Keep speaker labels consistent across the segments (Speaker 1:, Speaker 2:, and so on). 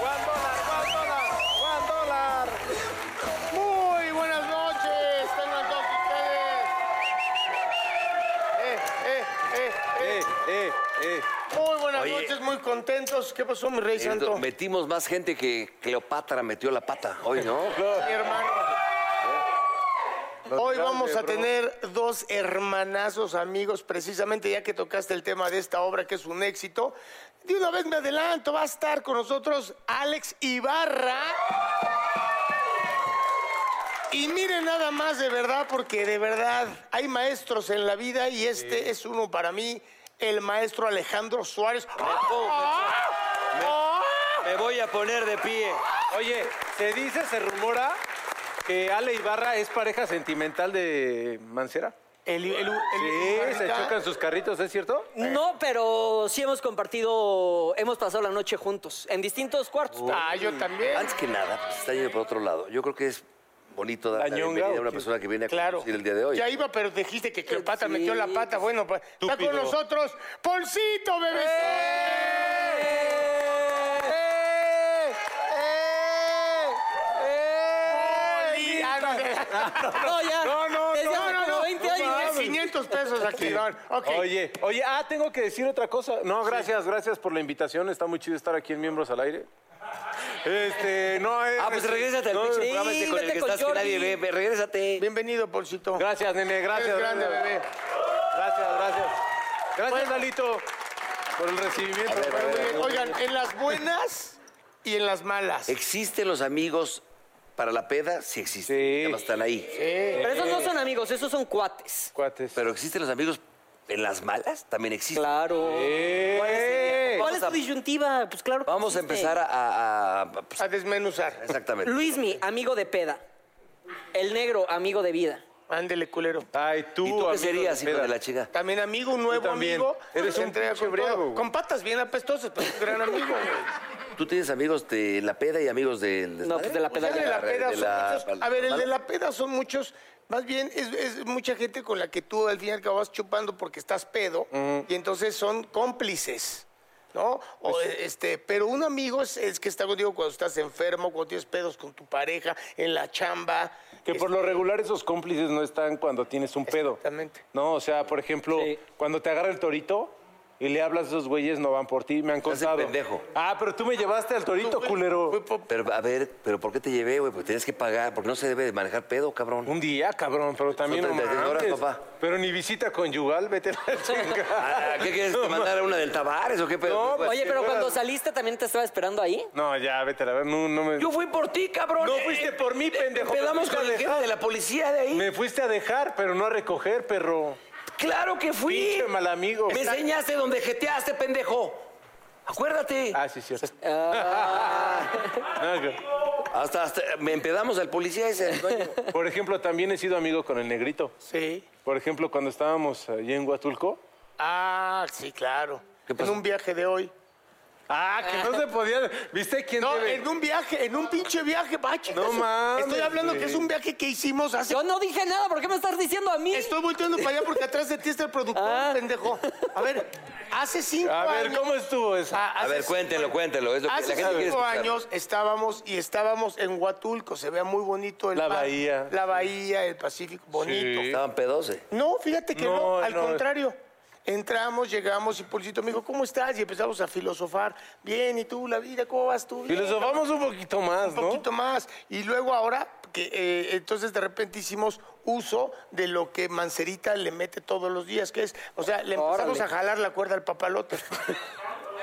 Speaker 1: One dólar, one dólar, one dólar. Muy buenas noches, tengan todos ustedes. Eh, eh, eh, eh.
Speaker 2: Eh, eh, eh.
Speaker 1: Muy buenas
Speaker 2: Oye.
Speaker 1: noches, muy contentos. ¿Qué pasó, mi rey santo? Mi
Speaker 2: Metimos más gente que Cleopatra metió la pata hoy, ¿no?
Speaker 1: hermano. Hoy vamos a tener dos hermanazos amigos, precisamente ya que tocaste el tema de esta obra que es un éxito. De una vez me adelanto, va a estar con nosotros Alex Ibarra. Y miren nada más de verdad, porque de verdad hay maestros en la vida y este es uno para mí, el maestro Alejandro Suárez. ¡Ah!
Speaker 3: Me voy a poner de pie. Oye, se dice, se rumora que Ale Ibarra es pareja sentimental de Mancera.
Speaker 1: El- el- el-
Speaker 3: Sí, se
Speaker 1: ahorita-
Speaker 3: chocan sus carritos, ¿es cierto?
Speaker 4: No, pero sí hemos compartido, hemos pasado la noche juntos, en distintos cuartos.
Speaker 1: Ah, yo también.
Speaker 2: Antes que nada, pues, está yendo por otro lado. Yo creo que es bonito dar la,
Speaker 3: ¿La ñonga
Speaker 2: bienvenida a
Speaker 3: o
Speaker 2: una
Speaker 3: qué?
Speaker 2: persona que viene a
Speaker 1: Claro.
Speaker 2: conducir el día de hoy.
Speaker 1: Ya iba, pero dijiste que Cleopatra
Speaker 4: Sí.
Speaker 1: metió la pata. Bueno, pues, está con
Speaker 3: Estúpido.
Speaker 1: nosotros Polcito, bebé. ¡Eh! ¡Eh!
Speaker 4: Ah, No, ya.
Speaker 3: No, no,
Speaker 4: Desde
Speaker 3: no,
Speaker 4: hace
Speaker 1: No,
Speaker 4: como
Speaker 1: no,
Speaker 4: 20 años.
Speaker 1: 500 pesos aquí. Iván. Ok.
Speaker 3: Oye, oye, ah, tengo que decir otra cosa. No, gracias, gracias por la invitación. Está muy chido estar aquí en Miembros al Aire. Este, no es.
Speaker 2: Ah, pues regrésate al
Speaker 3: no,
Speaker 2: pinche programa este con el
Speaker 4: vete
Speaker 2: que
Speaker 4: con
Speaker 2: estás que
Speaker 4: Jordi.
Speaker 2: nadie ve. ve, Regrésate.
Speaker 1: Bienvenido, Polcito.
Speaker 3: Gracias, nene, gracias.
Speaker 1: Eres grande,
Speaker 3: gracias.
Speaker 1: bebé.
Speaker 3: Gracias, gracias. Gracias, Lalito, por el
Speaker 2: A
Speaker 3: recibimiento.
Speaker 2: ver, a ver, a ver.
Speaker 1: Oigan, en las buenas y en las malas.
Speaker 2: ¿Existen los amigos para la peda? Sí existen.
Speaker 3: Sí.
Speaker 2: Nada más están ahí.
Speaker 4: Pero esos no son amigos, esos son cuates.
Speaker 3: Cuates.
Speaker 2: Pero ¿existen los amigos en las malas? También existen.
Speaker 4: Claro.
Speaker 3: Eh.
Speaker 4: ¿Cuál es, cuál es
Speaker 2: Vamos a-
Speaker 4: tu disyuntiva? Pues claro. que
Speaker 2: Vamos a
Speaker 4: existe.
Speaker 2: empezar a... a- a- pues,
Speaker 1: A desmenuzar.
Speaker 2: exactamente.
Speaker 4: Luismi, amigo de peda. El negro, amigo de vida.
Speaker 1: Ándele, culero.
Speaker 3: Ay, tú,
Speaker 2: ¿Y tú qué
Speaker 3: amigo
Speaker 2: serías,
Speaker 3: de
Speaker 2: hijo de
Speaker 3: peda?
Speaker 2: la chica?
Speaker 1: También amigo, un nuevo
Speaker 3: Tú también.
Speaker 1: amigo.
Speaker 3: Eres
Speaker 1: Se
Speaker 3: un
Speaker 1: entrega
Speaker 3: pinche
Speaker 1: con todo.
Speaker 3: bravo.
Speaker 1: Con patas bien apestosas, pero un gran amigo. güey.
Speaker 2: ¿Tú tienes amigos de la peda y amigos del desmadre?
Speaker 4: No, pues de la peda.
Speaker 1: El de la peda
Speaker 2: de
Speaker 1: son
Speaker 2: la-
Speaker 1: muchos- A ver, el de la peda son muchos. Más bien, es, es mucha gente con la que tú al final acabas chupando porque estás pedo. Y entonces son cómplices, ¿no? O,
Speaker 3: Pues
Speaker 1: este, pero un amigo es, es que está contigo cuando estás enfermo, cuando tienes pedos con tu pareja, en la chamba. Este,
Speaker 3: Que por lo regular esos cómplices no están cuando tienes un pedo.
Speaker 1: Exactamente.
Speaker 3: No, o sea, por ejemplo,
Speaker 4: Sí.
Speaker 3: cuando te agarra el torito y le hablas a esos güeyes, no van por ti, me han
Speaker 2: hacen
Speaker 3: contado.
Speaker 2: pendejo.
Speaker 3: Ah, pero tú me llevaste al torito, culero.
Speaker 1: Fue po-
Speaker 2: Pero, a ver, ¿pero por qué te llevé, güey? Pues tienes que pagar, porque no se debe de manejar pedo, cabrón.
Speaker 3: Un día, cabrón, pero también no
Speaker 2: 36 horas,
Speaker 3: mames.
Speaker 2: papá.
Speaker 3: Pero ni visita conyugal, vete a la chingada.
Speaker 2: Ah, ¿Qué quieres? ¿Te mandar a una del Tavares o qué pedo?
Speaker 3: No, pues,
Speaker 4: Oye,
Speaker 3: que
Speaker 4: pero
Speaker 3: fueras-
Speaker 4: cuando saliste también te estaba esperando ahí.
Speaker 3: No, ya, vete a la ver, no, no me...
Speaker 2: Yo fui por ti, cabrón.
Speaker 3: No fuiste por mí, pendejo.
Speaker 2: Pedamos
Speaker 3: Me
Speaker 2: con el
Speaker 3: fuiste a
Speaker 2: jefe de la policía de ahí.
Speaker 3: Me fuiste a dejar, pero no a recoger, perro.
Speaker 2: Claro que fui.
Speaker 3: Pinche mal amigo.
Speaker 2: Me enseñaste donde jeteaste, pendejo. Acuérdate.
Speaker 3: Ah, sí, cierto.
Speaker 4: Ah.
Speaker 3: Ah, No, que-
Speaker 2: Hasta, hasta me empedamos al policía ese. al dueño.
Speaker 3: Por ejemplo, también he sido amigo con el negrito.
Speaker 1: sí.
Speaker 3: Por ejemplo, cuando estábamos allí en Huatulco,
Speaker 1: Ah, sí, claro.
Speaker 2: ¿Qué pasó?
Speaker 1: En un viaje de hoy.
Speaker 3: Ah, que no se podía. ¿Viste quién
Speaker 1: No,
Speaker 3: debe?
Speaker 1: en un viaje, en un pinche viaje, va, chicas.
Speaker 3: No mames,
Speaker 1: Estoy hablando
Speaker 3: güey.
Speaker 1: que es un viaje que hicimos hace.
Speaker 4: Yo no dije nada, ¿por qué me estás diciendo a mí?
Speaker 1: Estoy volteando para allá porque atrás de ti está el productor,
Speaker 4: Ah.
Speaker 1: pendejo. A ver, hace cinco
Speaker 3: A
Speaker 1: años.
Speaker 3: ver, ¿cómo estuvo eso?
Speaker 1: Ah,
Speaker 2: A
Speaker 1: hace
Speaker 2: ver,
Speaker 1: cinco-
Speaker 2: cuéntenlo, cuéntenlo. Es lo que la
Speaker 1: Hace
Speaker 2: gente quiere
Speaker 1: cinco
Speaker 2: escuchar.
Speaker 1: años estábamos y estábamos en Huatulco, se vea muy bonito el
Speaker 3: La
Speaker 1: mar,
Speaker 3: bahía.
Speaker 1: La bahía, el Pacífico, bonito.
Speaker 2: Estaban pedose.
Speaker 1: No, fíjate que no,
Speaker 3: No,
Speaker 1: al
Speaker 3: no.
Speaker 1: contrario. Entramos, llegamos y Policito me dijo, ¿cómo estás? Y empezamos a filosofar. Bien, ¿y tú, la vida? ¿Cómo vas tú? Bien,
Speaker 3: Filosofamos un poquito más,
Speaker 1: un
Speaker 3: ¿no?
Speaker 1: poquito más. Y luego ahora, que, eh, entonces de repente hicimos uso de lo que Mancerita le mete todos los días, que es, o sea, le empezamos
Speaker 4: Órale.
Speaker 1: a jalar la cuerda al papalote.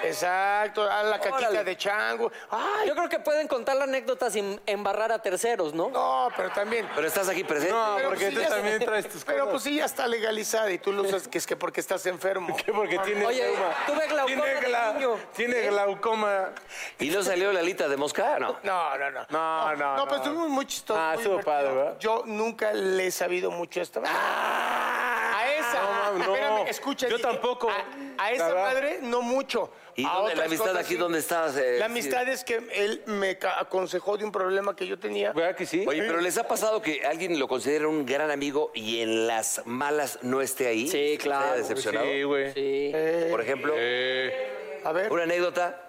Speaker 1: Exacto, a la caquita
Speaker 4: Órale.
Speaker 1: de chango. Ay,
Speaker 4: Yo creo que pueden contar la anécdota sin embarrar a terceros, ¿no?
Speaker 1: no, pero también.
Speaker 2: Pero estás aquí presente.
Speaker 3: No,
Speaker 1: Pero
Speaker 3: porque
Speaker 1: pues sí,
Speaker 3: tú
Speaker 1: ya-
Speaker 3: también traes tus
Speaker 1: Pero pues
Speaker 3: cosas.
Speaker 1: sí, ya está legalizada y tú lo usas que es que porque estás enfermo.
Speaker 3: ¿Qué? Porque tiene
Speaker 4: Oye,
Speaker 3: glaucoma.
Speaker 4: tuve glaucoma
Speaker 3: Tiene,
Speaker 4: de niño.
Speaker 3: tiene glaucoma.
Speaker 2: ¿Y no salió la lita de mosca? No.
Speaker 1: No, no, no.
Speaker 3: No, no,
Speaker 1: No, pues
Speaker 3: no.
Speaker 1: estuvo muy, muy chistoso.
Speaker 3: Ah,
Speaker 1: muy
Speaker 3: estuvo
Speaker 1: divertido.
Speaker 3: padre, ¿verdad?
Speaker 1: Yo nunca le he sabido mucho esto. A esa.
Speaker 3: Ah. No, mames, no.
Speaker 1: Espérame, escucha.
Speaker 3: Yo
Speaker 1: dije,
Speaker 3: tampoco.
Speaker 1: A, a esa
Speaker 3: La verdad.
Speaker 1: madre, no mucho.
Speaker 2: ¿Y
Speaker 1: A
Speaker 2: dónde,
Speaker 1: otras
Speaker 2: la amistad
Speaker 1: cosas
Speaker 2: aquí
Speaker 1: sí.
Speaker 2: dónde estás? eh?
Speaker 1: La amistad es que él me ca- aconsejó de un problema que yo tenía.
Speaker 3: ¿Verdad que sí?
Speaker 2: Oye, pero ¿les ha pasado que alguien lo considera un gran amigo y en las malas no esté ahí?
Speaker 4: Sí, claro.
Speaker 2: ¿Se haya decepcionado?
Speaker 3: Sí, güey.
Speaker 4: Sí.
Speaker 2: Por ejemplo,
Speaker 3: eh.
Speaker 1: A ver.
Speaker 2: una anécdota.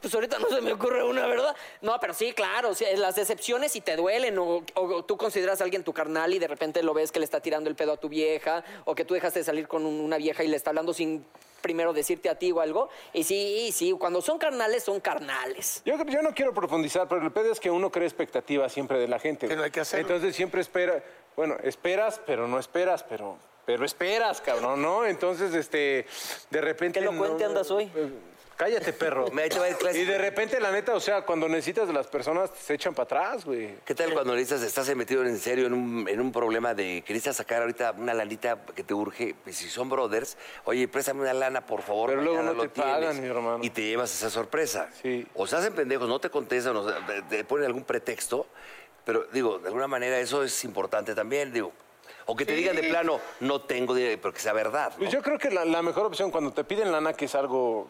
Speaker 4: Pues ahorita no se me ocurre una, ¿verdad? No, pero sí, claro, sí, las decepciones si te duelen o, o tú consideras a alguien tu carnal y de repente lo ves que le está tirando el pedo a tu vieja o que tú dejaste de salir con un- una vieja y le está hablando sin primero decirte a ti o algo. Y sí, y sí, cuando son carnales, son carnales.
Speaker 3: Yo, creo- yo no quiero profundizar, pero el pedo es que uno crea expectativas siempre de la gente.
Speaker 1: Que
Speaker 3: güey.
Speaker 1: no hay que hacerlo.
Speaker 3: Entonces siempre espera. Bueno, esperas, pero no esperas, pero. Pero esperas, cabrón, ¿no? Entonces, este. De repente.
Speaker 4: ¿Qué elocuente
Speaker 3: no-
Speaker 4: andas hoy?
Speaker 3: Eh, Cállate, perro.
Speaker 2: Me- ahí te va el clásico.
Speaker 3: y de repente, la neta, o sea, cuando necesitas de las personas, se echan para atrás, güey.
Speaker 2: ¿Qué tal cuando le dices, estás metido en serio en un, en un problema de que necesitas sacar ahorita una lanita que te urge? Pues si son brothers, oye, préstame una lana, por favor.
Speaker 3: Pero luego
Speaker 2: mañana
Speaker 3: no
Speaker 2: lo
Speaker 3: te pagan,
Speaker 2: tienes.
Speaker 3: mi hermano.
Speaker 2: Y te llevas esa sorpresa.
Speaker 3: Sí.
Speaker 2: O se hacen pendejos, no te contestan, o sea, te, te ponen algún pretexto. Pero digo, de alguna manera eso es importante también, digo. O que te digan de plano, no tengo dinero, pero que sea verdad. ¿no?
Speaker 3: Pues yo creo que la, la mejor opción cuando te piden lana, que es algo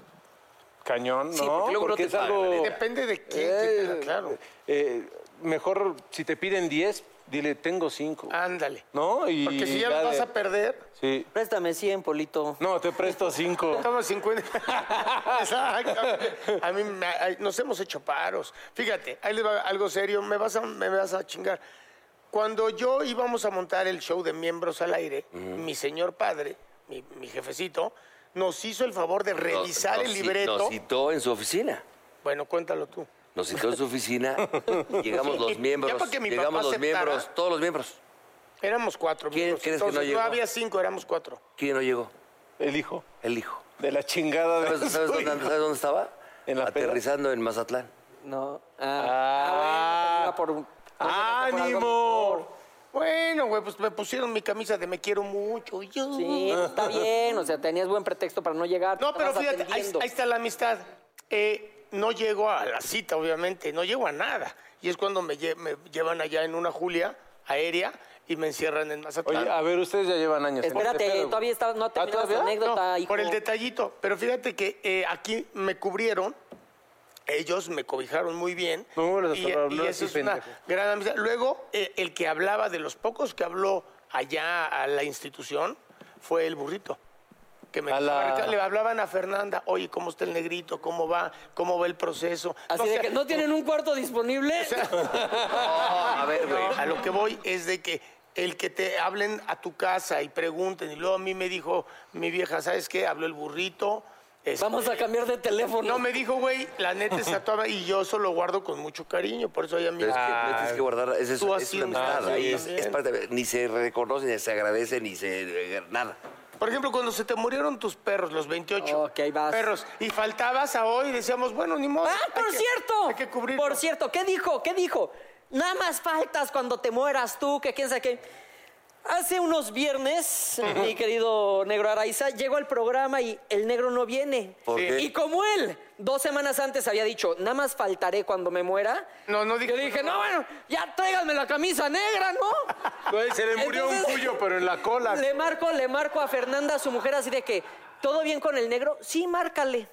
Speaker 3: cañón,
Speaker 2: Sí,
Speaker 3: ¿no?
Speaker 2: porque luego no te
Speaker 3: es
Speaker 2: pagan, la
Speaker 3: algo.
Speaker 1: Depende de quién,
Speaker 3: Eh,
Speaker 1: sí, claro.
Speaker 3: eh, mejor, si te piden 10, dile, tengo 5.
Speaker 1: Ándale.
Speaker 3: ¿No? Y
Speaker 1: Porque si ya
Speaker 3: ya
Speaker 1: lo vas
Speaker 3: de-
Speaker 1: a perder,
Speaker 3: Sí.
Speaker 4: Préstame 100, Polito.
Speaker 3: No, te presto 5.
Speaker 1: Estamos 50. Exacto. A mí me- ay, nos hemos hecho paros. Fíjate, ahí les va algo serio. Me vas a, me vas a chingar. Cuando yo íbamos a montar el show de miembros al aire, mi señor padre, mi, mi jefecito, nos hizo el favor de
Speaker 2: Nos-
Speaker 1: revisar
Speaker 2: nos
Speaker 1: el
Speaker 2: ci-
Speaker 1: libreto.
Speaker 2: Nos citó en su oficina.
Speaker 1: Bueno, cuéntalo tú.
Speaker 2: Nos citó en su oficina. llegamos los
Speaker 1: Ya
Speaker 2: miembros.
Speaker 1: para que mi
Speaker 2: llegamos
Speaker 1: papá
Speaker 2: los
Speaker 1: aceptara.
Speaker 2: miembros, todos los miembros.
Speaker 1: Éramos cuatro.
Speaker 2: ¿Quién
Speaker 1: amigos.
Speaker 2: crees que no
Speaker 1: Entonces,
Speaker 2: llegó?
Speaker 1: había cinco, éramos cuatro.
Speaker 2: ¿Quién no llegó?
Speaker 3: El hijo.
Speaker 2: El hijo.
Speaker 3: De la chingada de. su
Speaker 2: ¿Sabes, sabes dónde,
Speaker 3: hijo.
Speaker 2: sabes dónde estaba?
Speaker 3: ¿En la peda?
Speaker 2: Aterrizando en Mazatlán.
Speaker 4: No.
Speaker 3: Ah.
Speaker 4: Ah, ah, bueno, pero iba por-
Speaker 1: Ah,
Speaker 4: por algo
Speaker 3: ¡Ánimo!
Speaker 1: Bueno, güey, pues me pusieron mi camisa de me quiero mucho. Yo.
Speaker 4: Sí, está bien, o sea, tenías buen pretexto para no llegar.
Speaker 1: No,
Speaker 4: te
Speaker 1: pero
Speaker 4: vas
Speaker 1: fíjate, ahí,
Speaker 4: atendiendo.
Speaker 1: ahí está la amistad. Eh, no llego a la cita, obviamente, no llego a nada. Y es cuando me, lle- me llevan allá en una Julia aérea y me encierran en Mazatlán.
Speaker 3: Oye, a ver, ustedes ya llevan años. este
Speaker 4: Espérate, todavía está- no ha terminado
Speaker 3: terminado
Speaker 4: su anécdota, hijo.
Speaker 1: Ah, Por el detallito. Pero fíjate que eh, aquí me cubrieron. Ellos me cobijaron muy bien.
Speaker 3: No, los
Speaker 1: y,
Speaker 3: hablaron
Speaker 1: y
Speaker 3: así,
Speaker 1: eso es una
Speaker 3: pendejo.
Speaker 1: gran amistad. Luego, eh, el que hablaba de los pocos que habló allá a la institución fue el burrito. Que me
Speaker 3: A la-
Speaker 1: le hablaban a Fernanda, oye, ¿cómo está el negrito? ¿Cómo va? ¿Cómo va el proceso?
Speaker 4: Así de
Speaker 1: sea,
Speaker 4: que no tienen un cuarto disponible.
Speaker 2: a ver, güey.
Speaker 1: a lo que voy es de que el que te hablen a tu casa y pregunten, y luego a mí me dijo mi vieja, ¿sabes qué? Habló el burrito. este,
Speaker 4: Vamos a cambiar de teléfono.
Speaker 1: No, me dijo, güey, la neta está toda... Y yo eso lo guardo con mucho cariño, por eso ya mi...
Speaker 2: Pero es que no tienes que guardar, es, es-
Speaker 1: Tú has
Speaker 2: es una
Speaker 1: sido un
Speaker 2: amistad,
Speaker 1: ángel
Speaker 2: ahí es,
Speaker 1: también.
Speaker 2: es parte de- ni se reconoce, ni se agradece, ni se... eh, nada.
Speaker 1: Por ejemplo, cuando se te murieron tus perros, los 28
Speaker 4: Ok, ahí vas.
Speaker 1: perros, y faltabas a hoy, decíamos, bueno, ni modo.
Speaker 4: ¡Ah,
Speaker 1: hay
Speaker 4: por
Speaker 1: que-
Speaker 4: cierto!
Speaker 1: Hay que cubrir.
Speaker 4: Por cierto, ¿qué dijo? ¿Qué dijo? Nada más faltas cuando te mueras tú, que quién sabe qué. Hace unos viernes, mi querido negro Araiza llegó al programa y el negro no viene.
Speaker 2: ¿Por qué?
Speaker 4: Y como él, dos semanas antes había dicho, nada más faltaré cuando me muera.
Speaker 1: No, no dije-
Speaker 4: Yo dije, no, bueno, ya tráiganme la camisa negra, ¿no?
Speaker 3: Güey, se le murió un
Speaker 4: Entonces-
Speaker 3: cuyo, pero en la cola.
Speaker 4: Le marco, le marco a Fernanda, a su mujer, así de que, ¿todo bien con el negro? Sí, márcale.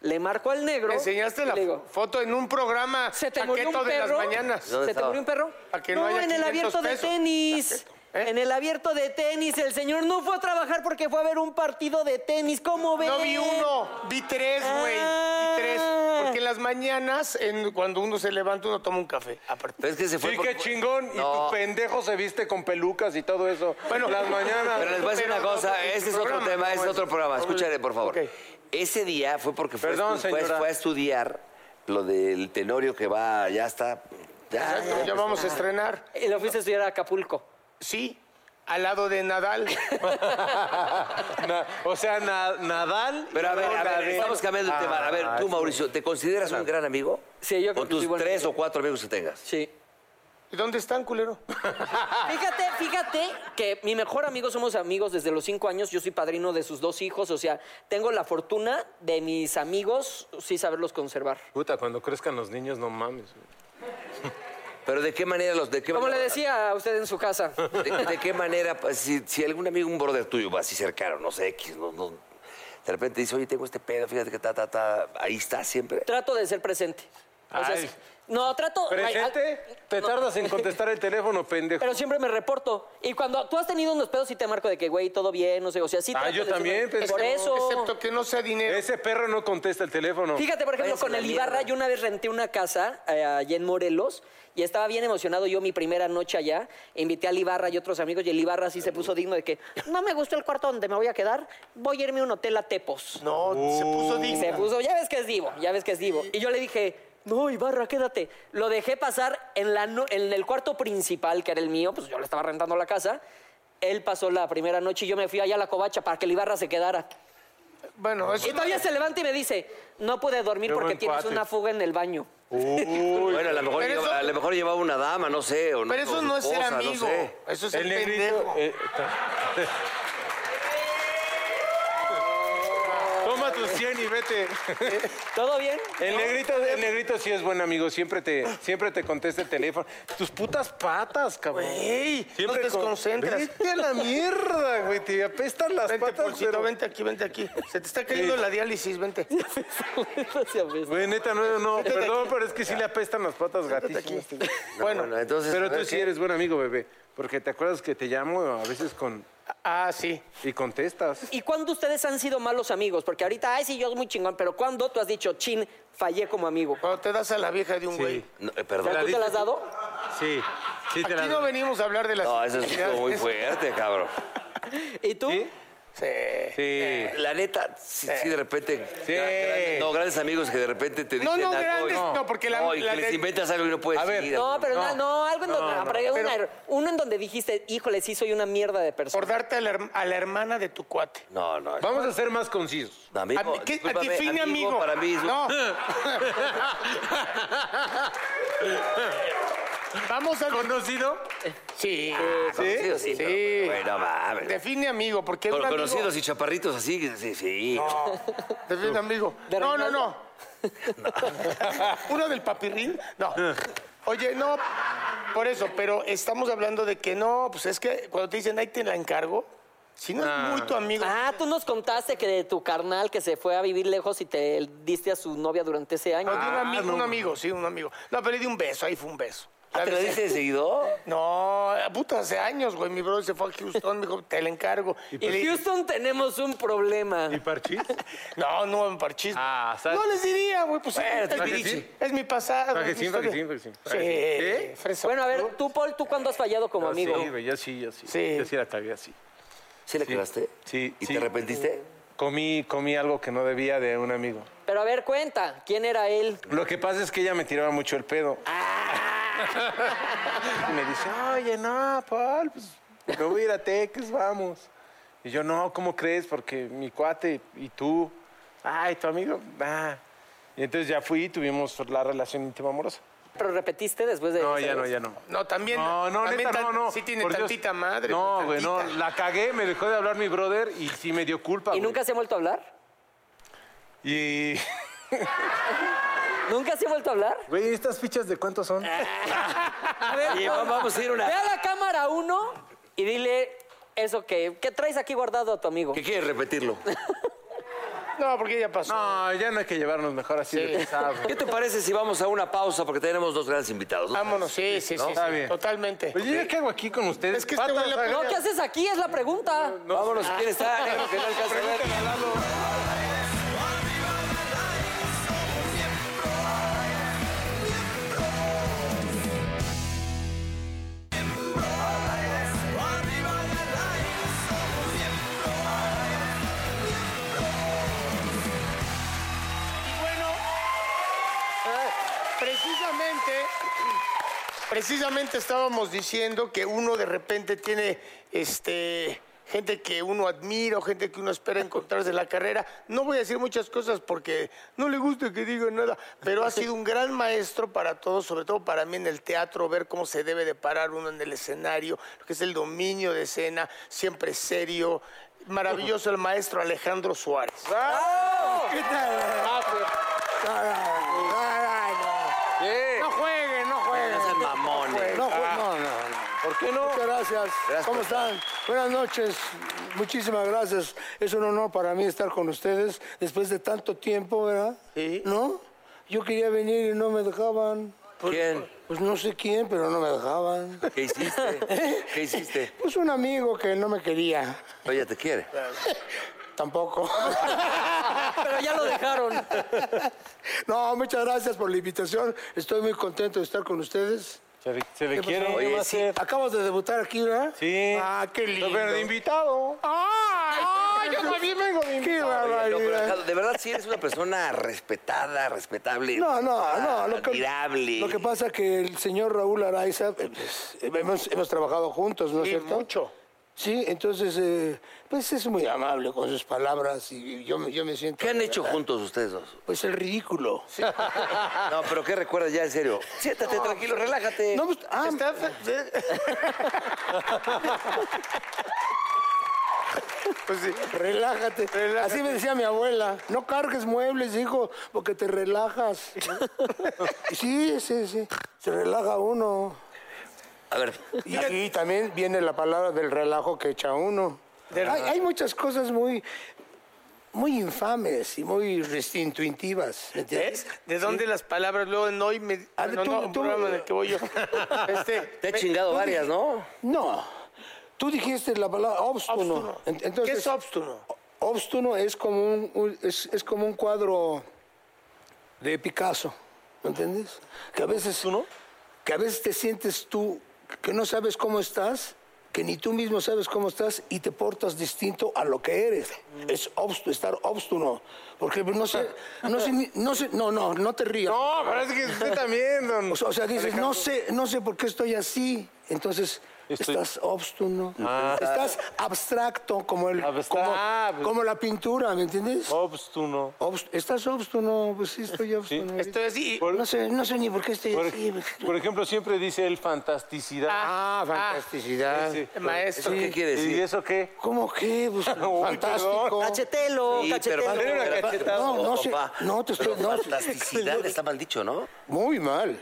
Speaker 4: Le marco al negro.
Speaker 1: Me enseñaste
Speaker 4: y
Speaker 1: la
Speaker 4: le digo,
Speaker 1: fo- foto en un programa
Speaker 4: ¿Se te murió
Speaker 1: Paqueto
Speaker 4: un
Speaker 1: de las
Speaker 4: perro?
Speaker 1: mañanas.
Speaker 4: ¿Se te
Speaker 2: estaba?
Speaker 4: murió un perro?
Speaker 1: Para que no haya
Speaker 4: en el
Speaker 1: 500
Speaker 4: abierto de
Speaker 1: pesos.
Speaker 4: tenis.
Speaker 1: ¿Eh?
Speaker 4: En el abierto de tenis, el señor no fue a trabajar porque fue a ver un partido de tenis. ¿Cómo ven?
Speaker 1: No vi uno, vi tres, güey.
Speaker 4: Ah.
Speaker 1: Vi tres. Porque en las mañanas, en- cuando uno se levanta, uno toma un café. aparte.
Speaker 2: Pero es que se fue
Speaker 3: Sí,
Speaker 2: por-
Speaker 3: qué chingón.
Speaker 2: No.
Speaker 3: Y tu pendejo se viste con pelucas y todo eso.
Speaker 1: Bueno,
Speaker 3: las mañanas.
Speaker 2: Pero les voy a decir
Speaker 1: Pero
Speaker 2: una
Speaker 1: no,
Speaker 2: cosa,
Speaker 1: no,
Speaker 2: ese es
Speaker 1: programa,
Speaker 2: otro tema,
Speaker 1: no,
Speaker 2: ese es
Speaker 1: es-
Speaker 2: otro programa, escúchale por favor.
Speaker 1: Ok.
Speaker 2: Ese día fue porque fue,
Speaker 3: Perdón,
Speaker 2: estu- fue-
Speaker 3: señora.
Speaker 2: fue a estudiar lo del tenorio que va, ya está, ya,
Speaker 1: Exacto, ya vamos a estrenar.
Speaker 4: Y lo fuiste a estudiar a Acapulco.
Speaker 1: Sí, al lado de Nadal.
Speaker 3: Na- o sea, na- Nadal.
Speaker 2: Pero a ver, a
Speaker 3: Nadal.
Speaker 2: ver, estamos cambiando de tema. A ver, tú,
Speaker 3: Ah, sí.
Speaker 2: Mauricio, ¿te consideras un gran amigo?
Speaker 4: Sí, yo creo
Speaker 2: Con
Speaker 4: que
Speaker 2: tus
Speaker 4: sí, bueno,
Speaker 2: tres
Speaker 4: sí.
Speaker 2: o cuatro amigos que tengas.
Speaker 4: Sí.
Speaker 1: ¿Y dónde están, culero? Ah.
Speaker 4: Fíjate, fíjate que mi mejor amigo somos amigos desde los cinco años. Yo soy padrino de sus dos hijos. O sea, tengo la fortuna de mis amigos, sí saberlos conservar.
Speaker 3: Puta, cuando crezcan los niños, no mames. güey.
Speaker 2: Pero ¿de qué manera los, de qué
Speaker 4: Como le
Speaker 2: manera-
Speaker 4: decía a usted en su casa.
Speaker 2: ¿De, de qué manera? pues, Si, si algún amigo, un brother tuyo, pues, así cercano, no sé, X, no- no, de repente dice, oye, tengo este pedo, fíjate que ta, ta, ta, ahí está siempre.
Speaker 4: Trato de ser presente. O sea,
Speaker 3: Ay.
Speaker 4: sí. no, trato. ay, ay,
Speaker 3: ¿Presente? Te
Speaker 4: no.
Speaker 3: tardas en contestar el teléfono, pendejo.
Speaker 4: Pero siempre me reporto. Y cuando tú has tenido unos pedos, sí te marco de que, güey, todo bien, no sé. O sea, sí
Speaker 3: Ah,
Speaker 4: trato
Speaker 3: yo
Speaker 4: de ser-
Speaker 3: también, pues,
Speaker 4: Por eso.
Speaker 1: Este, Excepto que no sea dinero.
Speaker 3: Ese perro no contesta el teléfono.
Speaker 4: Fíjate, por ejemplo,
Speaker 2: Váyanse
Speaker 4: con
Speaker 2: a la
Speaker 4: el Ibarra,
Speaker 2: mierda.
Speaker 4: yo una vez renté una casa eh, allá en Morelos y estaba bien emocionado yo mi primera noche allá. Invité al Ibarra y otros amigos y el Ibarra sí se puso digno de que no me gustó el cuarto donde me voy a quedar, voy a irme a un hotel a Tepos.
Speaker 1: No, se puso
Speaker 3: Uh.
Speaker 4: Y se
Speaker 1: digno.
Speaker 4: puso, ya ves que es divo, ya ves que es divo. Y yo le dije, no, Ibarra, quédate. Lo dejé pasar en, la no- en el cuarto principal, que era el mío, pues yo le estaba rentando la casa. Él pasó la primera noche y yo me fui allá a la covacha para que el Ibarra se quedara.
Speaker 1: Bueno, eso
Speaker 4: Y todavía se levanta y me dice, no pude dormir
Speaker 3: Qué
Speaker 4: porque
Speaker 3: buen
Speaker 4: tienes
Speaker 3: cuate.
Speaker 4: una fuga en el baño.
Speaker 2: bueno, a lo, mejor
Speaker 1: Pero
Speaker 2: lleva-
Speaker 1: eso-
Speaker 2: a lo mejor llevaba una dama, no sé. O no,
Speaker 1: Pero eso
Speaker 2: o
Speaker 1: no es
Speaker 2: su
Speaker 1: ser
Speaker 2: esposa, no
Speaker 1: amigo.
Speaker 2: sé.
Speaker 1: Eso es
Speaker 3: el
Speaker 1: el
Speaker 3: negrito.
Speaker 1: pendejo.
Speaker 3: eh, ta- Toma tus 100 y vete.
Speaker 4: ¿Todo bien?
Speaker 3: El negrito, el negrito sí es buen amigo, siempre te, siempre te contesta el teléfono. Tus putas patas, cabrón.
Speaker 1: Güey, no te
Speaker 3: con-
Speaker 1: desconcentras.
Speaker 3: Vete a la mierda, güey, te apestan las
Speaker 1: Vente,
Speaker 3: patas.
Speaker 1: Polcito,
Speaker 3: pero-
Speaker 1: vente aquí, vente aquí. Se te está cayendo
Speaker 3: Sí.
Speaker 1: la diálisis, vente.
Speaker 4: No seas bestia.
Speaker 3: Güey, neta, no, no, perdón, pero es que sí le apestan las patas gatísimas.
Speaker 2: No, bueno, entonces, a
Speaker 3: Pero
Speaker 2: ver
Speaker 3: tú sí
Speaker 2: qué-
Speaker 3: eres buen amigo, bebé, porque te acuerdas que te llamo a veces con
Speaker 1: Ah, sí.
Speaker 3: y contestas.
Speaker 4: ¿Y cuándo ustedes han sido malos amigos? Porque ahorita, ay, sí, yo es muy chingón, pero ¿cuándo tú has dicho, chin, fallé como amigo?
Speaker 1: Cuando te das a la vieja de un güey.
Speaker 3: Sí,
Speaker 2: No, eh, perdón.
Speaker 4: ¿Tú te la has dado?
Speaker 3: sí, sí te
Speaker 1: Aquí
Speaker 3: la
Speaker 1: no venimos a hablar de las...
Speaker 2: No, eso es
Speaker 1: infidelidades.
Speaker 2: muy fuerte, cabrón.
Speaker 4: ¿Y tú?
Speaker 3: ¿Sí?
Speaker 1: Sí.
Speaker 3: Sí.
Speaker 2: La neta, sí, sí, de repente.
Speaker 3: Sí.
Speaker 2: gran- gran- no, grandes amigos que de repente te dicen.
Speaker 1: No, no,
Speaker 2: algo y-
Speaker 1: grandes, no, porque la-
Speaker 2: No, y
Speaker 1: la
Speaker 2: que les
Speaker 1: de-
Speaker 2: inventas algo y no puedes.
Speaker 3: A ver,
Speaker 2: seguir.
Speaker 4: No, pero na- no, algo en donde, pero hay una-
Speaker 1: Pero-
Speaker 4: uno en donde dijiste, híjole, sí soy una mierda de
Speaker 1: Por
Speaker 4: persona.
Speaker 1: darte a la, her- a la hermana de tu cuate.
Speaker 2: No, no.
Speaker 3: Vamos a ser más concisos.
Speaker 2: no, amigo,
Speaker 1: A- ¿qué- a-
Speaker 2: discúlpame,
Speaker 1: define amigo.
Speaker 2: Para mí es-
Speaker 1: No. Vamos a...
Speaker 3: ¿Conocido?
Speaker 1: Sí.
Speaker 2: Conocido, sí.
Speaker 1: Sí.
Speaker 2: pero, güey, no mames.
Speaker 1: Define amigo, porque
Speaker 2: Con-
Speaker 1: un amigo-
Speaker 2: conocidos y chaparritos así, que- sí, sí. Ah,
Speaker 1: Define amigo.
Speaker 4: ¿De
Speaker 1: No, no,
Speaker 4: Reinaldo?
Speaker 1: no. ¿Uno del papirrín? No. Oye, no, por eso, pero estamos hablando de que no, pues es que cuando te dicen, ahí te la encargo, si no es muy tu amigo...
Speaker 4: Ah, tú nos contaste que de tu carnal que se fue a vivir lejos y te diste a su novia durante ese año. Ah,
Speaker 1: No, de un amigo, un amigo, sí, un amigo. No, pero le di un beso, ahí fue un beso.
Speaker 2: Ah, ¿Te lo
Speaker 1: ¿Sabes?
Speaker 2: dices de seguido?
Speaker 1: No, puta, hace años, güey, mi brother se fue a Houston, me dijo, te la encargo. Y le
Speaker 4: En
Speaker 1: dije,
Speaker 4: Houston tenemos un problema.
Speaker 3: ¿Y Parchís?
Speaker 1: no, no, en parchis.
Speaker 3: Ah, ¿sabes?
Speaker 1: No les diría, güey, pues es,
Speaker 3: ¿para
Speaker 1: mi,
Speaker 3: que sí?
Speaker 1: es mi pasado.
Speaker 3: ¿Para que
Speaker 1: es mi
Speaker 3: sí, para que
Speaker 1: historia.
Speaker 3: sí, para que sí, para que sí?
Speaker 1: Sí, fresa.
Speaker 4: Bueno, a ver, tú, Paul, ¿tú cuándo has fallado como amigo?
Speaker 3: Sí, güey, yo sí, yo sí.
Speaker 1: Sí.
Speaker 3: Yo sí la cagué así.
Speaker 2: ¿Sí le quedaste?
Speaker 3: Sí,
Speaker 2: ¿Y
Speaker 3: sí.
Speaker 2: te arrepentiste?
Speaker 3: Comí, comí algo que no debía de un amigo.
Speaker 4: Pero a ver, cuenta, ¿quién era él?
Speaker 3: Lo que pasa es que ella me tiraba mucho el pedo. y me dice, oye, no, Paul, pues me voy a ir a Teques, vamos. Y yo, no, ¿cómo crees? Porque mi cuate y tú, ay, tu amigo, ah. Y entonces ya fui y tuvimos la relación íntima amorosa.
Speaker 4: Pero repetiste después de...
Speaker 3: No, ya no, ya no.
Speaker 1: No, también.
Speaker 3: No, no,
Speaker 1: también
Speaker 3: neta, no,
Speaker 1: tan-
Speaker 3: no.
Speaker 1: Sí tiene
Speaker 3: Por Dios.
Speaker 1: tantita madre.
Speaker 3: No, güey, no.
Speaker 1: tantita.
Speaker 3: La cagué, me dejó de hablar mi brother y sí me dio culpa.
Speaker 4: ¿Y
Speaker 3: güey.
Speaker 4: nunca se ha vuelto a hablar?
Speaker 3: Y.
Speaker 4: ¿Nunca se ha vuelto a hablar?
Speaker 3: Güey, ¿estas fichas de cuántos son?
Speaker 1: Ah,
Speaker 4: A ver,
Speaker 2: Oye,
Speaker 4: Paul,
Speaker 2: vamos a ir una-
Speaker 4: Ve a la cámara uno y dile eso que, ¿qué traes aquí guardado a tu amigo?
Speaker 2: ¿Qué quieres repetirlo?
Speaker 1: No, porque ya pasó.
Speaker 3: No, ya no hay que llevarnos mejor así de pesado.
Speaker 2: ¿Qué te parece si vamos a una pausa? Porque tenemos dos grandes invitados.
Speaker 5: Ah,
Speaker 2: ¿no?
Speaker 1: Vámonos, sí, sí, sí,
Speaker 3: Está
Speaker 1: sí,
Speaker 3: bien.
Speaker 1: totalmente.
Speaker 3: Oye, ¿yo qué hago aquí con ustedes?
Speaker 1: Es que este güey la
Speaker 3: hagan-
Speaker 4: No, ¿qué haces aquí? Es la pregunta.
Speaker 2: Vámonos,
Speaker 1: Ah.
Speaker 2: ¿quién está? Que no alcanzo a ver.
Speaker 1: Y bueno, eh, precisamente, precisamente estábamos diciendo que uno de repente tiene este, gente que uno admira o gente que uno espera encontrarse en la carrera. No voy a decir muchas cosas porque no le gusta que diga nada, pero ha sido un gran maestro para todos, sobre todo para mí en el teatro, ver cómo se debe de parar uno en el escenario, lo que es el dominio de escena, siempre serio. Maravilloso el maestro Alejandro Suárez. ¿Qué tal?
Speaker 3: Ah,
Speaker 1: No jueguen, no jueguen.
Speaker 2: No sean mamones.
Speaker 5: No, pues, no, no, no.
Speaker 3: Ah. ¿Por qué no?
Speaker 5: Muchas gracias. ¿Cómo están? Buenas noches. Muchísimas gracias. Es un honor para mí estar con ustedes después de tanto tiempo, ¿verdad?
Speaker 1: Sí.
Speaker 5: ¿No? Yo quería venir y no me dejaban.
Speaker 2: ¿Quién?
Speaker 5: Pues no sé quién, pero no me dejaban.
Speaker 2: ¿Qué hiciste? ¿Qué hiciste?
Speaker 5: Pues un amigo que no me quería.
Speaker 2: Oye, te quiere.
Speaker 5: Tampoco.
Speaker 4: Pero ya lo dejaron.
Speaker 5: No, muchas gracias por la invitación. Estoy muy contento de estar con ustedes.
Speaker 3: Se le, se le quiere.
Speaker 2: Oye,
Speaker 3: ¿qué va a
Speaker 2: sí.
Speaker 3: hacer?
Speaker 5: Acabas de debutar aquí, ¿verdad?
Speaker 3: Sí.
Speaker 5: Ah, qué lindo.
Speaker 3: Pero de invitado.
Speaker 5: ¡Ah! ¡Yo también vengo de invitado!
Speaker 2: Oye, no, pero Alejandro, de verdad sí eres una persona respetada, respetable.
Speaker 5: No, no, no. Lo que,
Speaker 2: admirable.
Speaker 5: lo que pasa que el señor Raúl Araiza, eh, pues, hemos, hemos trabajado juntos, ¿no es
Speaker 1: Sí,
Speaker 5: cierto?
Speaker 1: mucho.
Speaker 5: Sí, entonces, eh, pues es muy amable con sus palabras y yo, me- yo me siento...
Speaker 2: ¿Qué han hecho juntos ustedes dos?
Speaker 5: Pues el ridículo.
Speaker 2: No, pero ¿qué recuerdas ya en serio? Siéntate tranquilo, relájate.
Speaker 5: No, pues, ah,
Speaker 1: Está fe- Pues sí.
Speaker 5: relájate.
Speaker 1: Relájate.
Speaker 5: Así me decía mi abuela, no cargues muebles, hijo, porque te relajas. sí, sí, sí, se relaja uno.
Speaker 2: A ver,
Speaker 5: Y, y también viene la palabra del relajo que echa uno. Hay, hay muchas cosas muy, muy infames y muy res- intuitivas. ¿me entiendes?
Speaker 1: ¿Ves? ¿De dónde las palabras luego en hoy me...
Speaker 5: A ver,
Speaker 1: no,
Speaker 5: tú-
Speaker 1: no, un
Speaker 5: tú-
Speaker 1: programa en el que voy yo. Este,
Speaker 2: te he chingado
Speaker 5: pues,
Speaker 2: varias, ¿no?
Speaker 5: No, tú dijiste la palabra óbstuno.
Speaker 1: Óbstuno.
Speaker 5: En- Entonces,
Speaker 1: ¿Qué es óbstuno?
Speaker 5: Óbstuno es como un, un- es, es como un cuadro de Picasso, ¿me entiendes? Que a veces que a veces te sientes tú que no sabes cómo estás, que ni tú mismo sabes cómo estás y te portas distinto a lo que eres.
Speaker 1: Mm.
Speaker 5: Es obstuno, estar óbstuno, porque no sé, no sé, ni- no sé- no, no, no te rías.
Speaker 3: No, parece que usted también, don.
Speaker 5: Pues, O sea, o sea, dices, no sé, no sé por qué estoy así. Entonces, estás obstuno. Estás abstracto, como, el, como,
Speaker 3: Abstra- pues.
Speaker 5: como la pintura, ¿me entiendes?
Speaker 3: Obstuno.
Speaker 5: Obst- estás obstuno, pues Oh. sí, estoy obstuno.
Speaker 1: Estoy así... y-
Speaker 5: este, No, sé, no sé ni por qué estoy
Speaker 3: Por,
Speaker 5: así. pues,
Speaker 3: por ejemplo, siempre dice el fantasticidad.
Speaker 5: Ah, fantasticidad.
Speaker 3: sí.
Speaker 2: ¿Eso
Speaker 1: Maestro.
Speaker 2: qué quiere
Speaker 3: ¿Y
Speaker 2: decir?
Speaker 3: eso qué?
Speaker 5: ¿Cómo qué? Pues, fantástico.
Speaker 4: Cachetelo,
Speaker 2: Sí, pero
Speaker 4: cachetelo.
Speaker 2: pero-
Speaker 3: una cachetada.
Speaker 5: No, no sé,
Speaker 2: papá.
Speaker 5: no te estoy-
Speaker 2: Pero
Speaker 5: no.
Speaker 2: Fantasticidad está mal dicho, ¿no?
Speaker 5: Muy mal.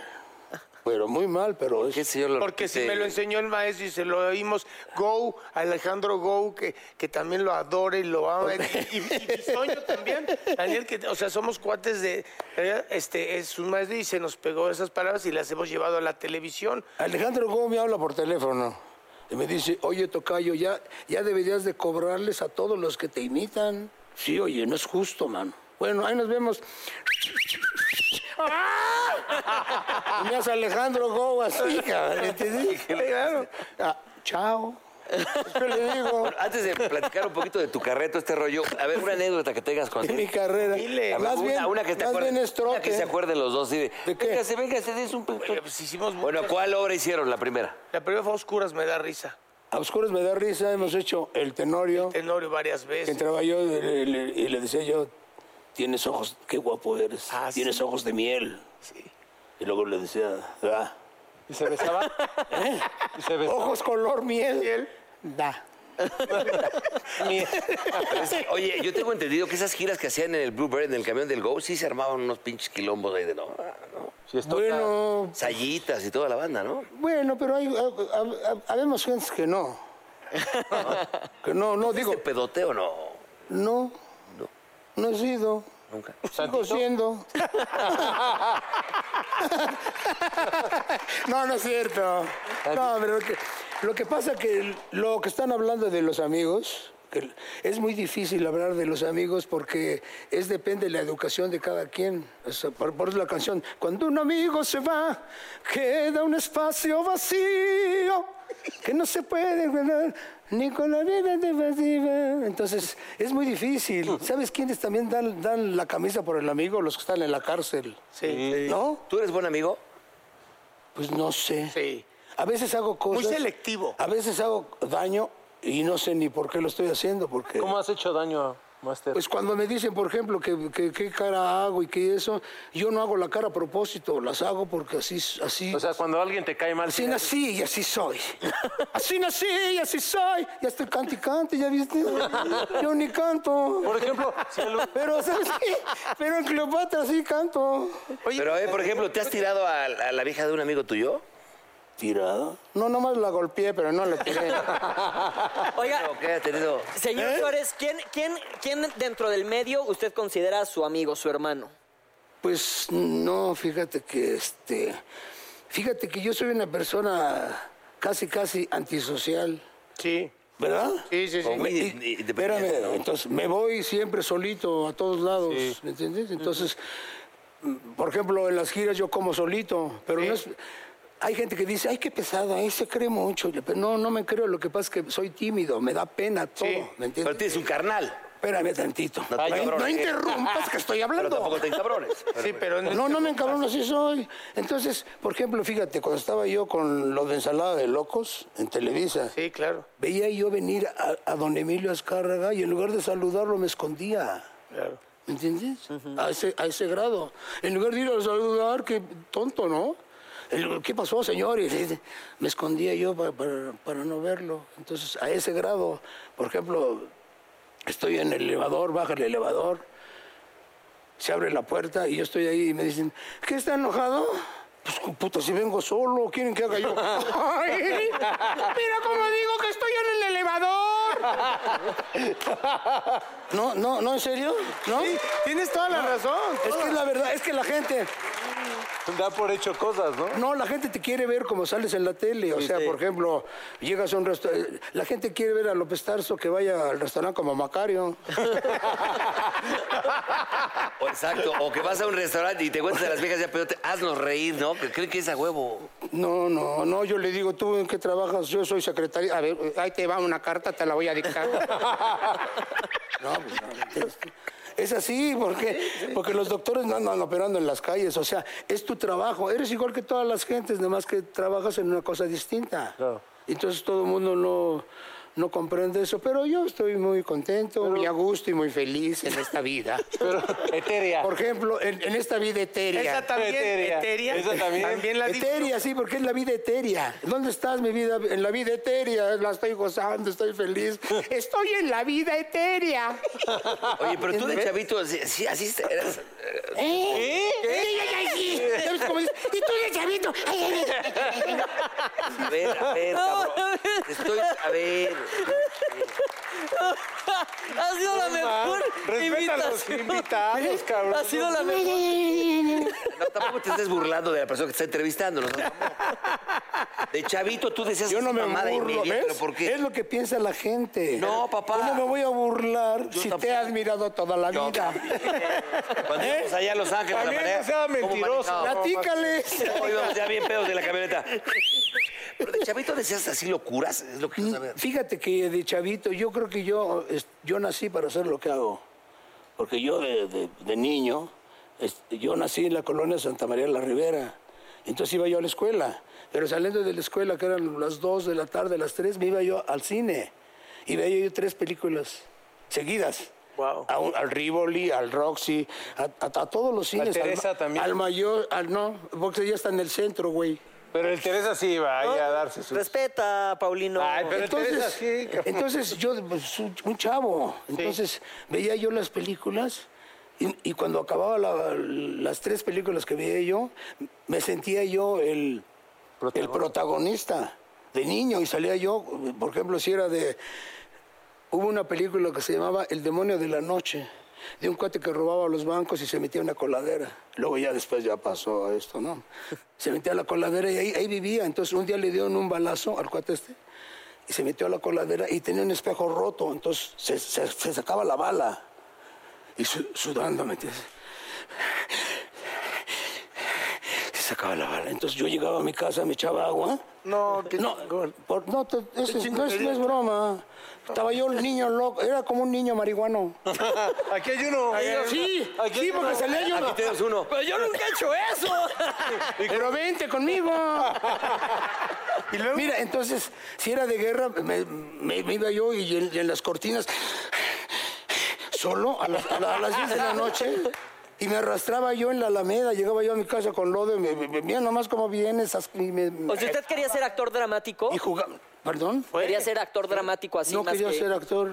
Speaker 5: Pero muy mal, pero
Speaker 2: ¿Qué
Speaker 5: es...
Speaker 2: señor lo
Speaker 1: Porque si
Speaker 2: repite?
Speaker 1: me lo enseñó el maestro y se lo oímos, Go, Alejandro Go, que, que también lo adora y lo ama. Y, y, y Bisoño también. Daniel, que, o sea, somos cuates de. eh, Este es un maestro y se nos pegó esas palabras y las hemos llevado a la televisión.
Speaker 5: Alejandro Gómez me habla por teléfono y me dice, oye Tocayo, ya, ya deberías de cobrarles a todos los que te imitan. Sí, oye, no es justo, mano. Bueno, ahí nos vemos. Y me hace Alejandro Gómez así, cabrón, ¿entendés? Claro. Ah, chao. Yo le digo,
Speaker 2: Antes de platicar un poquito de tu carreto, este rollo, a ver, una anécdota que tengas con
Speaker 5: de mi carrera.
Speaker 2: A ver,
Speaker 5: Más
Speaker 2: una,
Speaker 5: bien,
Speaker 2: una que te
Speaker 5: más
Speaker 2: acuerdes,
Speaker 5: bien es
Speaker 2: una que
Speaker 5: trote.
Speaker 2: se acuerden los dos. y de,
Speaker 5: ¿De qué?
Speaker 2: Véngase, véngase, des un...
Speaker 1: Oye, pues hicimos
Speaker 2: Bueno,
Speaker 1: muchas.
Speaker 2: ¿cuál obra hicieron la primera?
Speaker 1: La primera fue a Oscuras, me da risa.
Speaker 5: A oscuras me da risa, hemos hecho el tenorio.
Speaker 1: Tenorio varias
Speaker 5: Que
Speaker 1: veces.
Speaker 5: entraba yo le- le- y le decía yo, tienes ojos, qué guapo eres,
Speaker 1: Ah,
Speaker 5: tienes ojos de miel. Y luego le decía, "Ah, ¿Eh?
Speaker 3: ¿Y se besaba? ¿Y se besaba?
Speaker 5: ojos color miel. Da.
Speaker 2: Oye, yo tengo entendido que esas giras que hacían en el Bluebird, en el camión del Go, sí se armaban unos pinches quilombos ahí de no.
Speaker 5: Bueno,
Speaker 2: Sayitas y toda la banda, ¿no?
Speaker 5: bueno, pero hay, hab- hab- hab- habemos gente que no. Que no, no, digo,
Speaker 2: ¿Este pedoteo no?
Speaker 5: no. No he sido.
Speaker 2: Nunca.
Speaker 5: Sigo siendo. no, no es cierto. No, pero lo que, lo que pasa que lo que están hablando de los amigos, que es muy difícil hablar de los amigos porque es depende de la educación de cada quien. O sea, por, por eso la canción, cuando un amigo se va, queda un espacio vacío que no se puede ganar ni con la vida de Vadiva. Entonces, es muy difícil. ¿Sabes quiénes también dan, dan la camisa por el amigo? Los que están en la cárcel.
Speaker 1: Sí.
Speaker 5: ¿No?
Speaker 2: ¿Tú eres buen amigo?
Speaker 5: Pues no sé.
Speaker 1: Sí.
Speaker 5: A veces hago cosas.
Speaker 1: selectivo.
Speaker 5: A veces hago daño y no sé ni por qué lo estoy haciendo. Porque,
Speaker 3: ¿Cómo has hecho daño, Master?
Speaker 5: Pues cuando me dicen, por ejemplo, que, que- qué cara hago y que eso, yo no hago la cara a propósito, las hago porque así, así,
Speaker 3: o sea, cuando alguien te cae mal,
Speaker 5: así nací y así soy. Así nací y así soy. Ya estoy cante y cante, ya viste. Yo ni canto.
Speaker 3: por ejemplo, si el-
Speaker 5: Pero, ¿sabes qué? Pero en Cleopatra sí canto.
Speaker 2: Pero, eh, por ejemplo, ¿te has tirado a, a la vieja de un amigo tuyo?
Speaker 5: ¿Tirado? No, nomás la golpeé, pero no la tiré.
Speaker 4: Oiga,
Speaker 2: ¿O qué has tenido?
Speaker 4: señor Suárez, ¿quién, quién, ¿quién dentro del medio usted considera su amigo, su hermano?
Speaker 5: Pues no, fíjate que este. Fíjate que yo soy una persona casi, casi antisocial,
Speaker 1: Sí.
Speaker 5: ¿verdad?
Speaker 1: Sí, sí, sí.
Speaker 2: Muy
Speaker 5: Y-
Speaker 2: in- independiente,
Speaker 5: espérame,
Speaker 2: ¿no?
Speaker 5: entonces me voy siempre solito a todos lados, ¿me entiendes? Entonces, mm, por ejemplo, en las giras yo como solito, pero no es. Hay gente que dice, ay, qué pesado, ahí se cree mucho. Pero no, no me creo, lo que pasa es que soy tímido, me da pena todo, ¿me
Speaker 2: Pero
Speaker 5: entiendes?
Speaker 2: tienes un carnal.
Speaker 5: Espérame tantito.
Speaker 2: No
Speaker 5: No,
Speaker 2: te cabrones.
Speaker 5: no interrumpas que estoy hablando.
Speaker 2: ¿eh? Pero tampoco te encabrones.
Speaker 1: Sí, pero
Speaker 5: No, no me encabrono, así soy. Entonces, por ejemplo, fíjate, cuando estaba yo con lo de ensalada de locos en Televisa,
Speaker 1: Sí, claro.
Speaker 5: veía yo venir a, a don Emilio Azcárraga y en lugar de saludarlo me escondía.
Speaker 1: Claro.
Speaker 5: ¿Me entiendes? a, ese, a ese grado. En lugar de ir a saludar, qué tonto, ¿no? El- ¿Qué pasó, señor? Y le- me escondía yo pa- para, para no verlo. Entonces, a ese grado, por ejemplo, estoy en el elevador, baja el elevador, se abre la puerta y yo estoy ahí y me dicen, ¿qué está enojado? Pues cu- puta, si vengo solo, quieren que haga yo. ¡Ay! Mira cómo digo que estoy en el elevador. No, no, no, en serio, ¿no?
Speaker 1: Tienes toda la razón.
Speaker 5: Es que es la verdad, es que la gente,
Speaker 3: da por hecho cosas, ¿no?
Speaker 5: no, la gente te quiere ver como sales en la tele. O sea, por ejemplo, llegas a un restaurante, la gente quiere ver a López Tarso que vaya al restaurante como Macario.
Speaker 2: O exacto. O que vas a un restaurante y te cuentas a las viejas ya, pero te- haznos reír, ¿no? Que creen que es a huevo.
Speaker 5: No, no, no, yo le digo, ¿tú en qué trabajas? Yo soy secretaria. A ver, eh, ahí te va una carta, te la voy a dictar. no, pues no. es- Es así, porque, porque los doctores no andan operando en las calles, o sea, es tu trabajo, eres igual que todas las gentes, nada más que trabajas en una cosa distinta.
Speaker 3: Claro.
Speaker 5: Entonces todo el mundo no, no comprende eso, pero yo estoy muy contento, muy a gusto y muy feliz en esta vida.
Speaker 3: Pero etérea.
Speaker 5: Por ejemplo, en, en esta vida etérea.
Speaker 1: Esa también,
Speaker 3: Etérea.
Speaker 1: etérea.
Speaker 3: Esa también.
Speaker 1: la dije.
Speaker 5: Etérea, sí, porque es la vida etérea. ¿Dónde estás, mi vida? En la vida etérea. La estoy gozando, estoy feliz. Estoy en la vida etérea.
Speaker 2: Oye, pero tú de chavito, sí, sí, así eras. eh,
Speaker 5: ¿Eh? ¿Eh? Ay, ay, ay, sí. ¿Sabes cómo dices? Y tú eres chavito. Ay, ay, ay.
Speaker 2: A ver, a ver, cabrón. Estoy, a ver.
Speaker 4: Ha sido la mejor
Speaker 3: Respeta a los
Speaker 4: invitación.
Speaker 5: ¿Eh?
Speaker 3: invitados, cabrón.
Speaker 4: Ha sido la mejor.
Speaker 2: No, tampoco te estés burlando de la persona que te está entrevistando. ¿no? De chavito tú decías
Speaker 5: Yo no me
Speaker 2: mamada y
Speaker 5: burlo,
Speaker 2: media,
Speaker 5: ¿ves?
Speaker 2: pero ¿por qué?
Speaker 5: Es lo que piensa la gente.
Speaker 2: No, papá.
Speaker 5: ¿Cómo me voy a burlar si te he
Speaker 2: tampoco.
Speaker 5: admirado toda la
Speaker 2: Yo
Speaker 5: vida?
Speaker 2: Cuando íbamos allá a Los Ángeles, la
Speaker 3: También
Speaker 2: manera,
Speaker 3: no sea
Speaker 2: ¿cómo
Speaker 3: mentiroso.
Speaker 2: manejábamos?
Speaker 5: Platícales.
Speaker 2: No, íbamos ya bien pedos de la camioneta. Pero de chavito decías así locuras, es lo que quiero saber.
Speaker 5: Fíjate que de chavito, yo creo que yo, es- yo nací para hacer lo que hago. Porque yo de, de- de niño, este, yo nací en la colonia Santa María de la Ribera. Entonces iba yo a la escuela. Pero saliendo de la escuela, que eran las 2 de la tarde, las 3, me iba yo al cine. Y veía yo tres películas seguidas.
Speaker 3: Wow.
Speaker 5: A un- al Rivoli, al Roxy, a, a- a todos los cines. al ma-
Speaker 3: Teresa también.
Speaker 5: Al mayor, al no, porque ya está en el centro, güey.
Speaker 3: Pero el Teresa sí va ahí a darse su...
Speaker 4: Respeta, Paulino.
Speaker 3: Ay, pero el Teresa
Speaker 5: Entonces,
Speaker 3: sí, cabrón.
Speaker 5: entonces yo, pues, un un chavo, entonces veía yo las películas y, y cuando acababa la- las tres películas que veía yo, me sentía yo el el protagonista de niño y salía yo, por ejemplo, si era de... Hubo una película que se llamaba El demonio de la noche de un cuate que robaba los bancos y se metía en una coladera. Luego ya después ya pasó esto, ¿no? Se metía a la coladera y ahí, ahí vivía. Entonces un día le dieron un balazo al cuate este y se metió a la coladera y tenía un espejo roto. Entonces se, se- se sacaba la bala y su- sudando, ¿me entiendes? Se sacaba la bala. Entonces yo llegaba a mi casa, me echaba agua.
Speaker 1: No, que
Speaker 5: No, por- no, te- es-
Speaker 1: Qué
Speaker 5: no, es, no es broma. Estaba yo el niño loco, era como un niño marihuano.
Speaker 3: Aquí hay uno.
Speaker 5: Sí, sí, porque salía yo.
Speaker 2: Aquí tenemos uno.
Speaker 4: Pero yo nunca he hecho eso.
Speaker 5: Pero vente conmigo. Mira, entonces, si era de guerra, me, me- me iba yo y en, y en las cortinas, solo, a, las- a la- a las 10 de la noche. Y me arrastraba yo en la alameda, llegaba yo a mi casa con lodo y me, me- me- mira nomás cómo vienes. as- Y, me,
Speaker 4: O sea, usted quería ser actor dramático.
Speaker 5: y jugaba. ¿Perdón?
Speaker 4: Quería ser actor dramático así
Speaker 5: ¿eh? no
Speaker 4: más
Speaker 5: quería
Speaker 4: que-
Speaker 5: ser actor.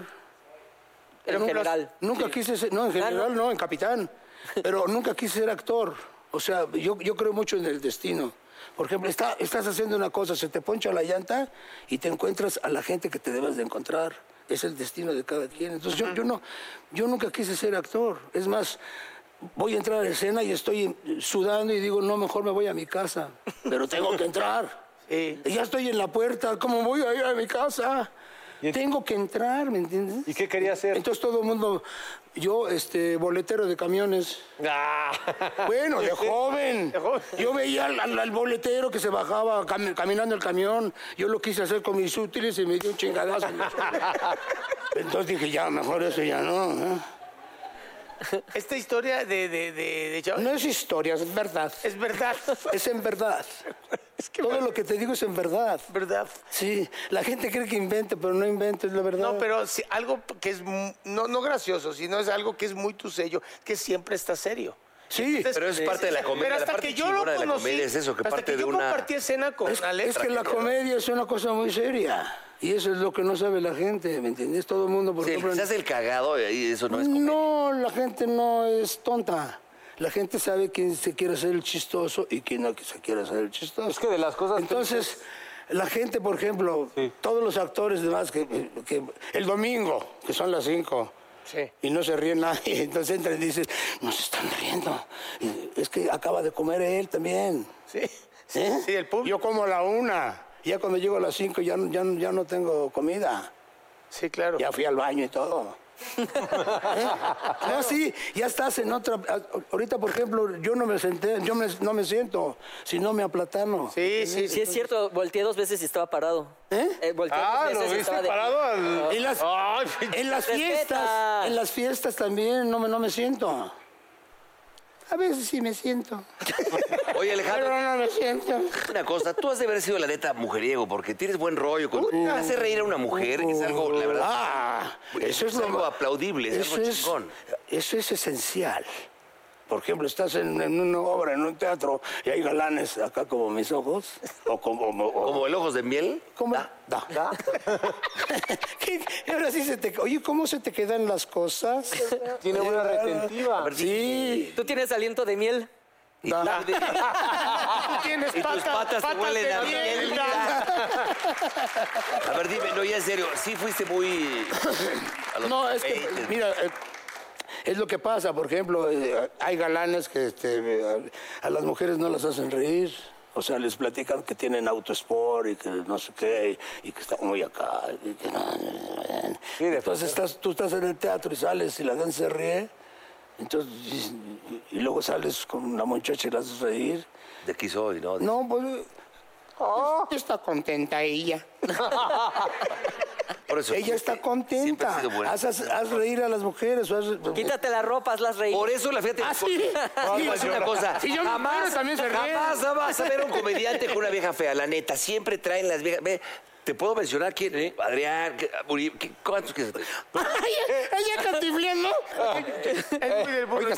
Speaker 4: pero en
Speaker 5: nunca,
Speaker 4: general.
Speaker 5: Nunca quise ser, no, en general
Speaker 4: no.
Speaker 5: no. en capitán, pero nunca quise ser actor. O sea, yo, yo creo mucho en el destino. Por ejemplo, está- estás haciendo una cosa, se te poncha la llanta y te encuentras a la gente que te debes de encontrar. Es el destino de cada quien. Entonces yo, yo no, yo nunca quise ser actor. Es más, voy a entrar a escena y estoy sudando y digo, no, mejor me voy a mi casa. Pero tengo que entrar.
Speaker 1: Sí.
Speaker 5: Ya estoy en la puerta, ¿cómo voy a ir a mi casa? Tengo que entrar, ¿me entiendes?
Speaker 3: ¿Y qué quería hacer?
Speaker 5: Entonces todo el mundo, yo, este, boletero de camiones.
Speaker 3: Ah.
Speaker 5: Bueno, de joven.
Speaker 3: joven.
Speaker 5: Yo veía al, al- al boletero que se bajaba cami- caminando el camión. Yo lo quise hacer con mis útiles y me dio un chingadazo. Entonces dije, ya, mejor eso ya no. ¿eh?
Speaker 1: Esta historia de, de, de, de Chava-
Speaker 5: No es historia, es verdad.
Speaker 1: es verdad.
Speaker 5: Es en verdad.
Speaker 1: Es que
Speaker 5: Todo lo que te digo es en verdad.
Speaker 1: verdad.
Speaker 5: Sí, la gente cree que invento, pero no invento, es la verdad.
Speaker 1: No, pero si- algo que es mu- no, no gracioso, sino es algo que es muy tu sello, que siempre está serio. eh,
Speaker 5: Sí,
Speaker 2: Pero es parte de la comedia,
Speaker 1: Pero
Speaker 2: la
Speaker 1: hasta
Speaker 2: parte
Speaker 1: que yo lo
Speaker 2: chingona de la
Speaker 1: conocí,
Speaker 2: comedia es eso, que
Speaker 1: hasta
Speaker 2: parte
Speaker 1: que
Speaker 2: de
Speaker 1: yo
Speaker 2: una-
Speaker 1: compartí escena con
Speaker 5: Es,
Speaker 1: Alex.
Speaker 5: es que la comedia es una cosa muy seria. Y eso es lo que no sabe la gente, ¿me entiendes? Todo el mundo, por
Speaker 2: Sí,
Speaker 5: ejemplo.
Speaker 2: quizás el cagado, eh, y eso no es comedia.
Speaker 5: no, la gente no es tonta. La gente sabe quién se quiere hacer el chistoso y quién no se quiere hacer el chistoso.
Speaker 3: Es que de las cosas-
Speaker 5: Entonces, la gente, por ejemplo, todos los actores demás, que, que- el domingo, que son las 5.
Speaker 1: Sí.
Speaker 5: Y no se ríe nadie. Entonces entran y dices, no se están riendo. Y Es que acaba de comer él también.
Speaker 1: Sí, sí,
Speaker 5: ¿Eh?
Speaker 1: sí, el público.
Speaker 5: Yo como a la una. Ya cuando llego a las cinco ya, no- ya, no- ya no tengo comida.
Speaker 1: Sí, claro.
Speaker 5: Ya fui al baño y todo. ¿Eh? No, sí, ya estás en otra. a- Ahorita, por ejemplo, yo no me senté, yo me- no me siento, si no me aplatano.
Speaker 1: Sí, sí,
Speaker 4: Sí,
Speaker 1: sí.
Speaker 4: es cierto, volteé dos veces y estaba parado.
Speaker 5: ¿Eh?
Speaker 4: volteé dos
Speaker 3: Ah,
Speaker 4: veces
Speaker 3: ¿lo
Speaker 4: y
Speaker 3: viste
Speaker 4: estaba de-
Speaker 3: parado al...?
Speaker 5: En las,
Speaker 3: Ay, pinche-
Speaker 5: en las
Speaker 4: Respeta.
Speaker 5: fiestas, en las fiestas también no me, no me siento. A veces sí me siento,
Speaker 2: Oye, Alejandro,
Speaker 5: pero no me siento.
Speaker 2: una cosa, tú has de haber sido la neta mujeriego, porque tienes buen rollo. Con... Hacer reír a una mujer es algo, la verdad.
Speaker 5: Ah, eso es,
Speaker 2: es algo
Speaker 5: lo-
Speaker 2: aplaudible, es algo chingón.
Speaker 5: Eso es esencial. Por ejemplo, estás en, en una obra, en un teatro, y hay galanes acá como mis ojos, o como... o- o-
Speaker 2: Como el ojos de miel. Ah,
Speaker 5: ¿Cómo? Da. ¿Qué? Ahora sí se te... Oye, ¿cómo se te quedan las cosas?
Speaker 3: Tiene buena retentiva.
Speaker 5: Sí.
Speaker 4: Tú tienes aliento de miel.
Speaker 5: Da.
Speaker 1: Tienes
Speaker 2: Y tus patas te huelen
Speaker 1: de
Speaker 2: a
Speaker 1: miel.
Speaker 2: miel. A ver, dime, no, ya en serio, sí fuiste muy. a los
Speaker 5: No, es que,
Speaker 2: 20.
Speaker 5: mira, eh, es lo que pasa. Por ejemplo, eh, hay galanes que este, eh, a las mujeres no las hacen reír. O sea, les platican que tienen autosport y que no sé qué, y que están muy acá. y que no- Entonces estás, tú estás en el teatro y sales y la gente se ríe. Entonces, y, y luego sales con una muchacha y la haces reír.
Speaker 2: De aquí soy, ¿no?
Speaker 5: No, pues... Oh, está contenta ella.
Speaker 2: Por eso.
Speaker 5: Ella está
Speaker 2: Siempre ha
Speaker 5: contenta.
Speaker 2: sido buena.
Speaker 5: Haz, haz- haz reír a las mujeres. o haz-
Speaker 4: Quítate las ropas, las reír.
Speaker 2: Por eso la fíjate.
Speaker 5: Ah, sí.
Speaker 2: Te voy a
Speaker 5: Sí,
Speaker 2: decir una cosa.
Speaker 5: Si yo me muero, también se ríen.
Speaker 2: jamás vas a ver a un comediante con una vieja fea, la neta. Siempre traen las viejas. Ve, te puedo mencionar quién. Adrián, que- Uribe, que- ¿cuántos que
Speaker 5: Ella cantifleando.
Speaker 1: Es muy del burro.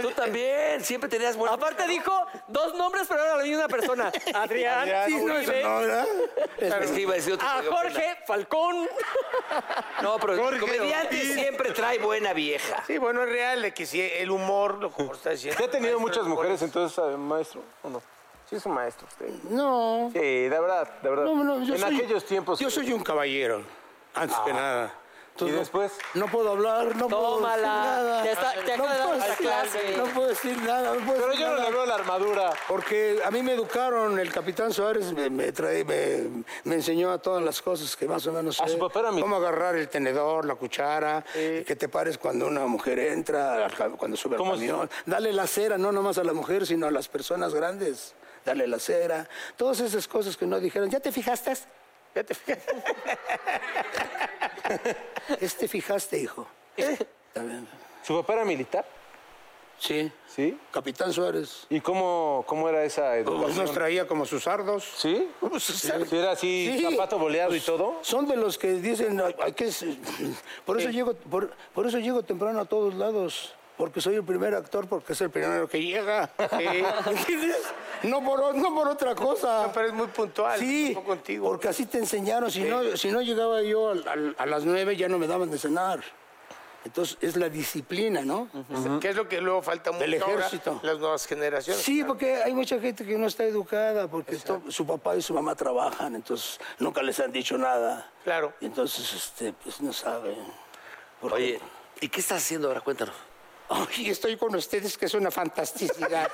Speaker 2: Tú también, siempre tenías buena.
Speaker 4: Aparte dijo dos nombres, pero era la misma persona. Adrián,
Speaker 5: Sí, no, eso
Speaker 4: Uribe,
Speaker 5: no, ¿verdad?
Speaker 2: Es que iba a decir otro.
Speaker 5: Ah,
Speaker 4: a
Speaker 2: pero-
Speaker 4: Jorge Falcón.
Speaker 2: No, pero
Speaker 3: Jorge
Speaker 2: el comediante
Speaker 3: Ortiz.
Speaker 2: siempre trae buena vieja.
Speaker 1: Sí, bueno, es real, de que sí, el humor, lo como está diciendo.
Speaker 3: ¿Ya ha tenido muchas mujeres entonces, eh, maestro? ¿O no? Sí es un maestro usted.
Speaker 5: No.
Speaker 3: Sí, de verdad, de verdad.
Speaker 5: No, no, yo
Speaker 3: en
Speaker 5: soy-
Speaker 3: aquellos tiempos... Ah.
Speaker 5: Yo soy un caballero, antes que nada.
Speaker 3: Y después,
Speaker 5: No puedo hablar, no puedo decir
Speaker 4: Tómala.
Speaker 5: nada.
Speaker 4: Te está- te
Speaker 5: no,
Speaker 4: acaba de
Speaker 5: puedo
Speaker 4: dar una
Speaker 5: decir,
Speaker 4: clase.
Speaker 5: no puedo decir nada. no puedo
Speaker 3: pero
Speaker 5: decir
Speaker 3: yo no
Speaker 5: nada.
Speaker 3: le veo la armadura.
Speaker 5: Porque a mí me educaron, el capitán Suárez me, me trae- me- me enseñó a todas las cosas que más o menos
Speaker 3: A
Speaker 5: sé.
Speaker 3: su papá era mi-
Speaker 5: Cómo agarrar el tenedor, la cuchara, que te pares cuando una mujer entra, al ca- cuando sube al
Speaker 3: ¿Cómo es?
Speaker 5: camión. Dale la cera, no nomás a la mujer, sino a las personas grandes. Dale la cera. Todas esas cosas que no dijeron. ¿Ya te fijaste? ¿Ya te fijaste? este fijaste, hijo.
Speaker 3: ¿Eh?
Speaker 5: Está bien.
Speaker 3: Su papá era militar,
Speaker 5: Sí.
Speaker 3: ¿sí?
Speaker 5: Capitán Suárez.
Speaker 3: ¿Y cómo, cómo era esa
Speaker 5: Pues
Speaker 3: educación?
Speaker 5: nos traía como sus sardos.
Speaker 3: ¿Sí? ¿Sí era así,
Speaker 5: Sí. Pues,
Speaker 3: zapato boleado y todo?
Speaker 5: Son de los que dicen, "Ay, ay, que se-". por eso llego, por, por eso llego temprano a todos lados, porque soy el primer actor, porque es el primero que llega. ¿Entiendes? No por, o- no por otra cosa.
Speaker 1: No, pero es muy puntual,
Speaker 5: Sí,
Speaker 1: estoy contigo.
Speaker 5: porque así te enseñaron. Si, no, si no llegaba yo al- al- a, las nueve, ya no me daban de cenar. Entonces es la disciplina, ¿no?
Speaker 1: ¿Qué es lo que luego falta mucho
Speaker 5: Del
Speaker 1: ahora,
Speaker 5: ejército.
Speaker 1: las nuevas generaciones?
Speaker 5: Sí, porque hay mucha gente que no está educada porque to- su papá y su mamá trabajan, entonces nunca les han dicho nada.
Speaker 1: Claro.
Speaker 5: Y entonces, este, pues no saben. Por-
Speaker 2: Oye, ¿y qué estás haciendo ahora? Cuéntanos.
Speaker 5: Ay, estoy con ustedes, que es una fantasticidad.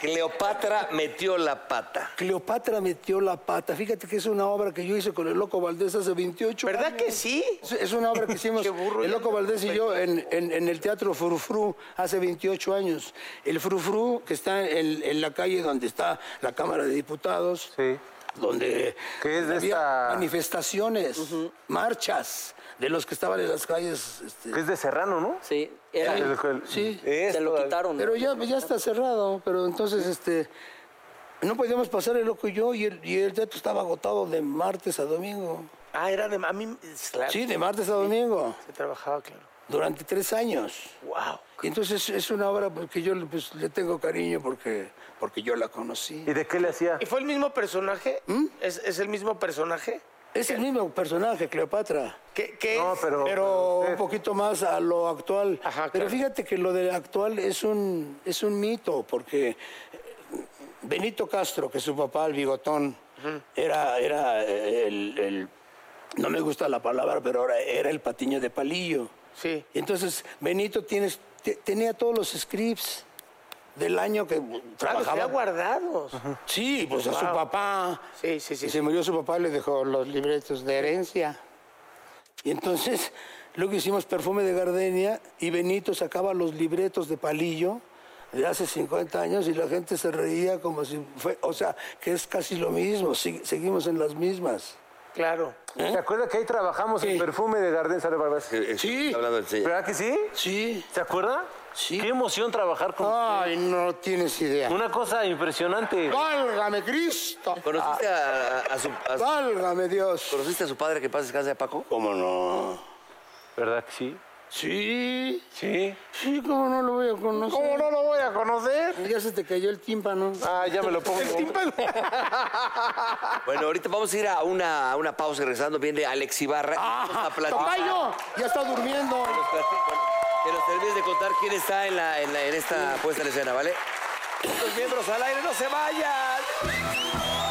Speaker 2: Cleopatra metió la pata.
Speaker 5: Cleopatra metió la pata. Fíjate que es una obra que yo hice con el Loco Valdés hace 28 años.
Speaker 1: ¿Verdad que sí?
Speaker 5: Es- Es una obra que hicimos
Speaker 1: Qué burro,
Speaker 5: el
Speaker 1: ya
Speaker 5: Loco
Speaker 1: no.
Speaker 5: Valdés y yo en, en- en el Teatro Frufru hace 28 años. El Frufru, que está en, en la calle donde está la Cámara de Diputados,
Speaker 3: Sí.
Speaker 5: donde
Speaker 3: Que es de
Speaker 5: había
Speaker 3: esta-
Speaker 5: manifestaciones, marchas de los que estaban en las calles. este,
Speaker 3: Es de Serrano, ¿no?
Speaker 4: Sí, era-
Speaker 3: El- el-
Speaker 5: Sí.
Speaker 3: es
Speaker 4: se lo
Speaker 3: todavía-
Speaker 4: quitaron.
Speaker 5: Pero ya, ya está cerrado, pero entonces este no podíamos pasar el loco y yo y el, y el teatro estaba agotado de martes a domingo.
Speaker 1: Ah, era de... A mí, claro,
Speaker 5: Sí, de martes a domingo,
Speaker 1: se trabajaba, claro.
Speaker 5: durante tres años.
Speaker 1: Wow.
Speaker 5: Y entonces es una obra pues, que yo le- pues, le tengo cariño porque, porque yo la conocí.
Speaker 3: ¿Y de qué le hacía?
Speaker 1: ¿Y fue el mismo personaje? ¿Es, es el mismo personaje?
Speaker 5: Es el mismo personaje, Cleopatra.
Speaker 1: ¿Qué, qué
Speaker 3: No,
Speaker 1: es? ah,
Speaker 3: pero...
Speaker 5: pero un poquito más a lo actual.
Speaker 1: Ajá,
Speaker 5: Pero
Speaker 1: claro.
Speaker 5: fíjate que lo del actual es un, es un mito, porque eh, Benito Castro, que su papá, el bigotón, era, era eh, el, el- no me gusta la palabra, pero ahora era el patiño de palillo.
Speaker 1: Sí.
Speaker 5: Entonces, Benito tienes, te- tenía todos los scripts del año que
Speaker 1: Ah, los
Speaker 5: trabajaba.
Speaker 1: tenía guardados.
Speaker 5: Sí, pues a su
Speaker 1: Wow.
Speaker 5: papá.
Speaker 1: Sí, sí, sí.
Speaker 5: Y se murió su papá y le dejó los libretos de herencia. Y entonces, luego hicimos Perfume de Gardenia y Benito sacaba los libretos de palillo de hace 50 años y la gente se reía como si fue, o sea, que es casi lo mismo, si- seguimos en las mismas.
Speaker 1: Claro.
Speaker 3: ¿Se acuerda que ahí trabajamos en
Speaker 5: ¿Eh? Sí.
Speaker 3: perfume de Gardens Barbas?
Speaker 5: Sí.
Speaker 2: Hablando del señor.
Speaker 3: ¿Verdad que sí?
Speaker 5: Sí.
Speaker 3: ¿Se acuerda?
Speaker 5: Sí. Ah.
Speaker 3: Qué emoción trabajar con...
Speaker 5: Ay, no tienes idea.
Speaker 3: Una cosa impresionante.
Speaker 5: ¡Válgame Cristo!
Speaker 2: ¿Conociste a,
Speaker 6: Ah.
Speaker 2: a su, a su-
Speaker 5: ¡Válgame Dios!
Speaker 2: ¿Conociste a su padre que pasa descanse a Paco?
Speaker 5: ¿Cómo no?
Speaker 3: ¿Verdad que sí?
Speaker 5: Sí,
Speaker 3: Sí.
Speaker 5: sí, ¿cómo no lo voy a conocer?
Speaker 3: ¿Cómo no lo voy a conocer?
Speaker 5: Ya se te cayó el tímpano.
Speaker 3: Ah, ya me lo pongo.
Speaker 2: Bueno, ahorita vamos a ir a una, a una pausa y regresando. Viene Alex Ibarra.
Speaker 5: ¡Ah!
Speaker 2: a platicar-
Speaker 5: ¡Tocayo! Ya está durmiendo.
Speaker 2: Nos plati- bueno, Que nos termines de contar quién está en, la, en, la- en esta puesta en escena, ¿vale? Los miembros al aire, no se vayan.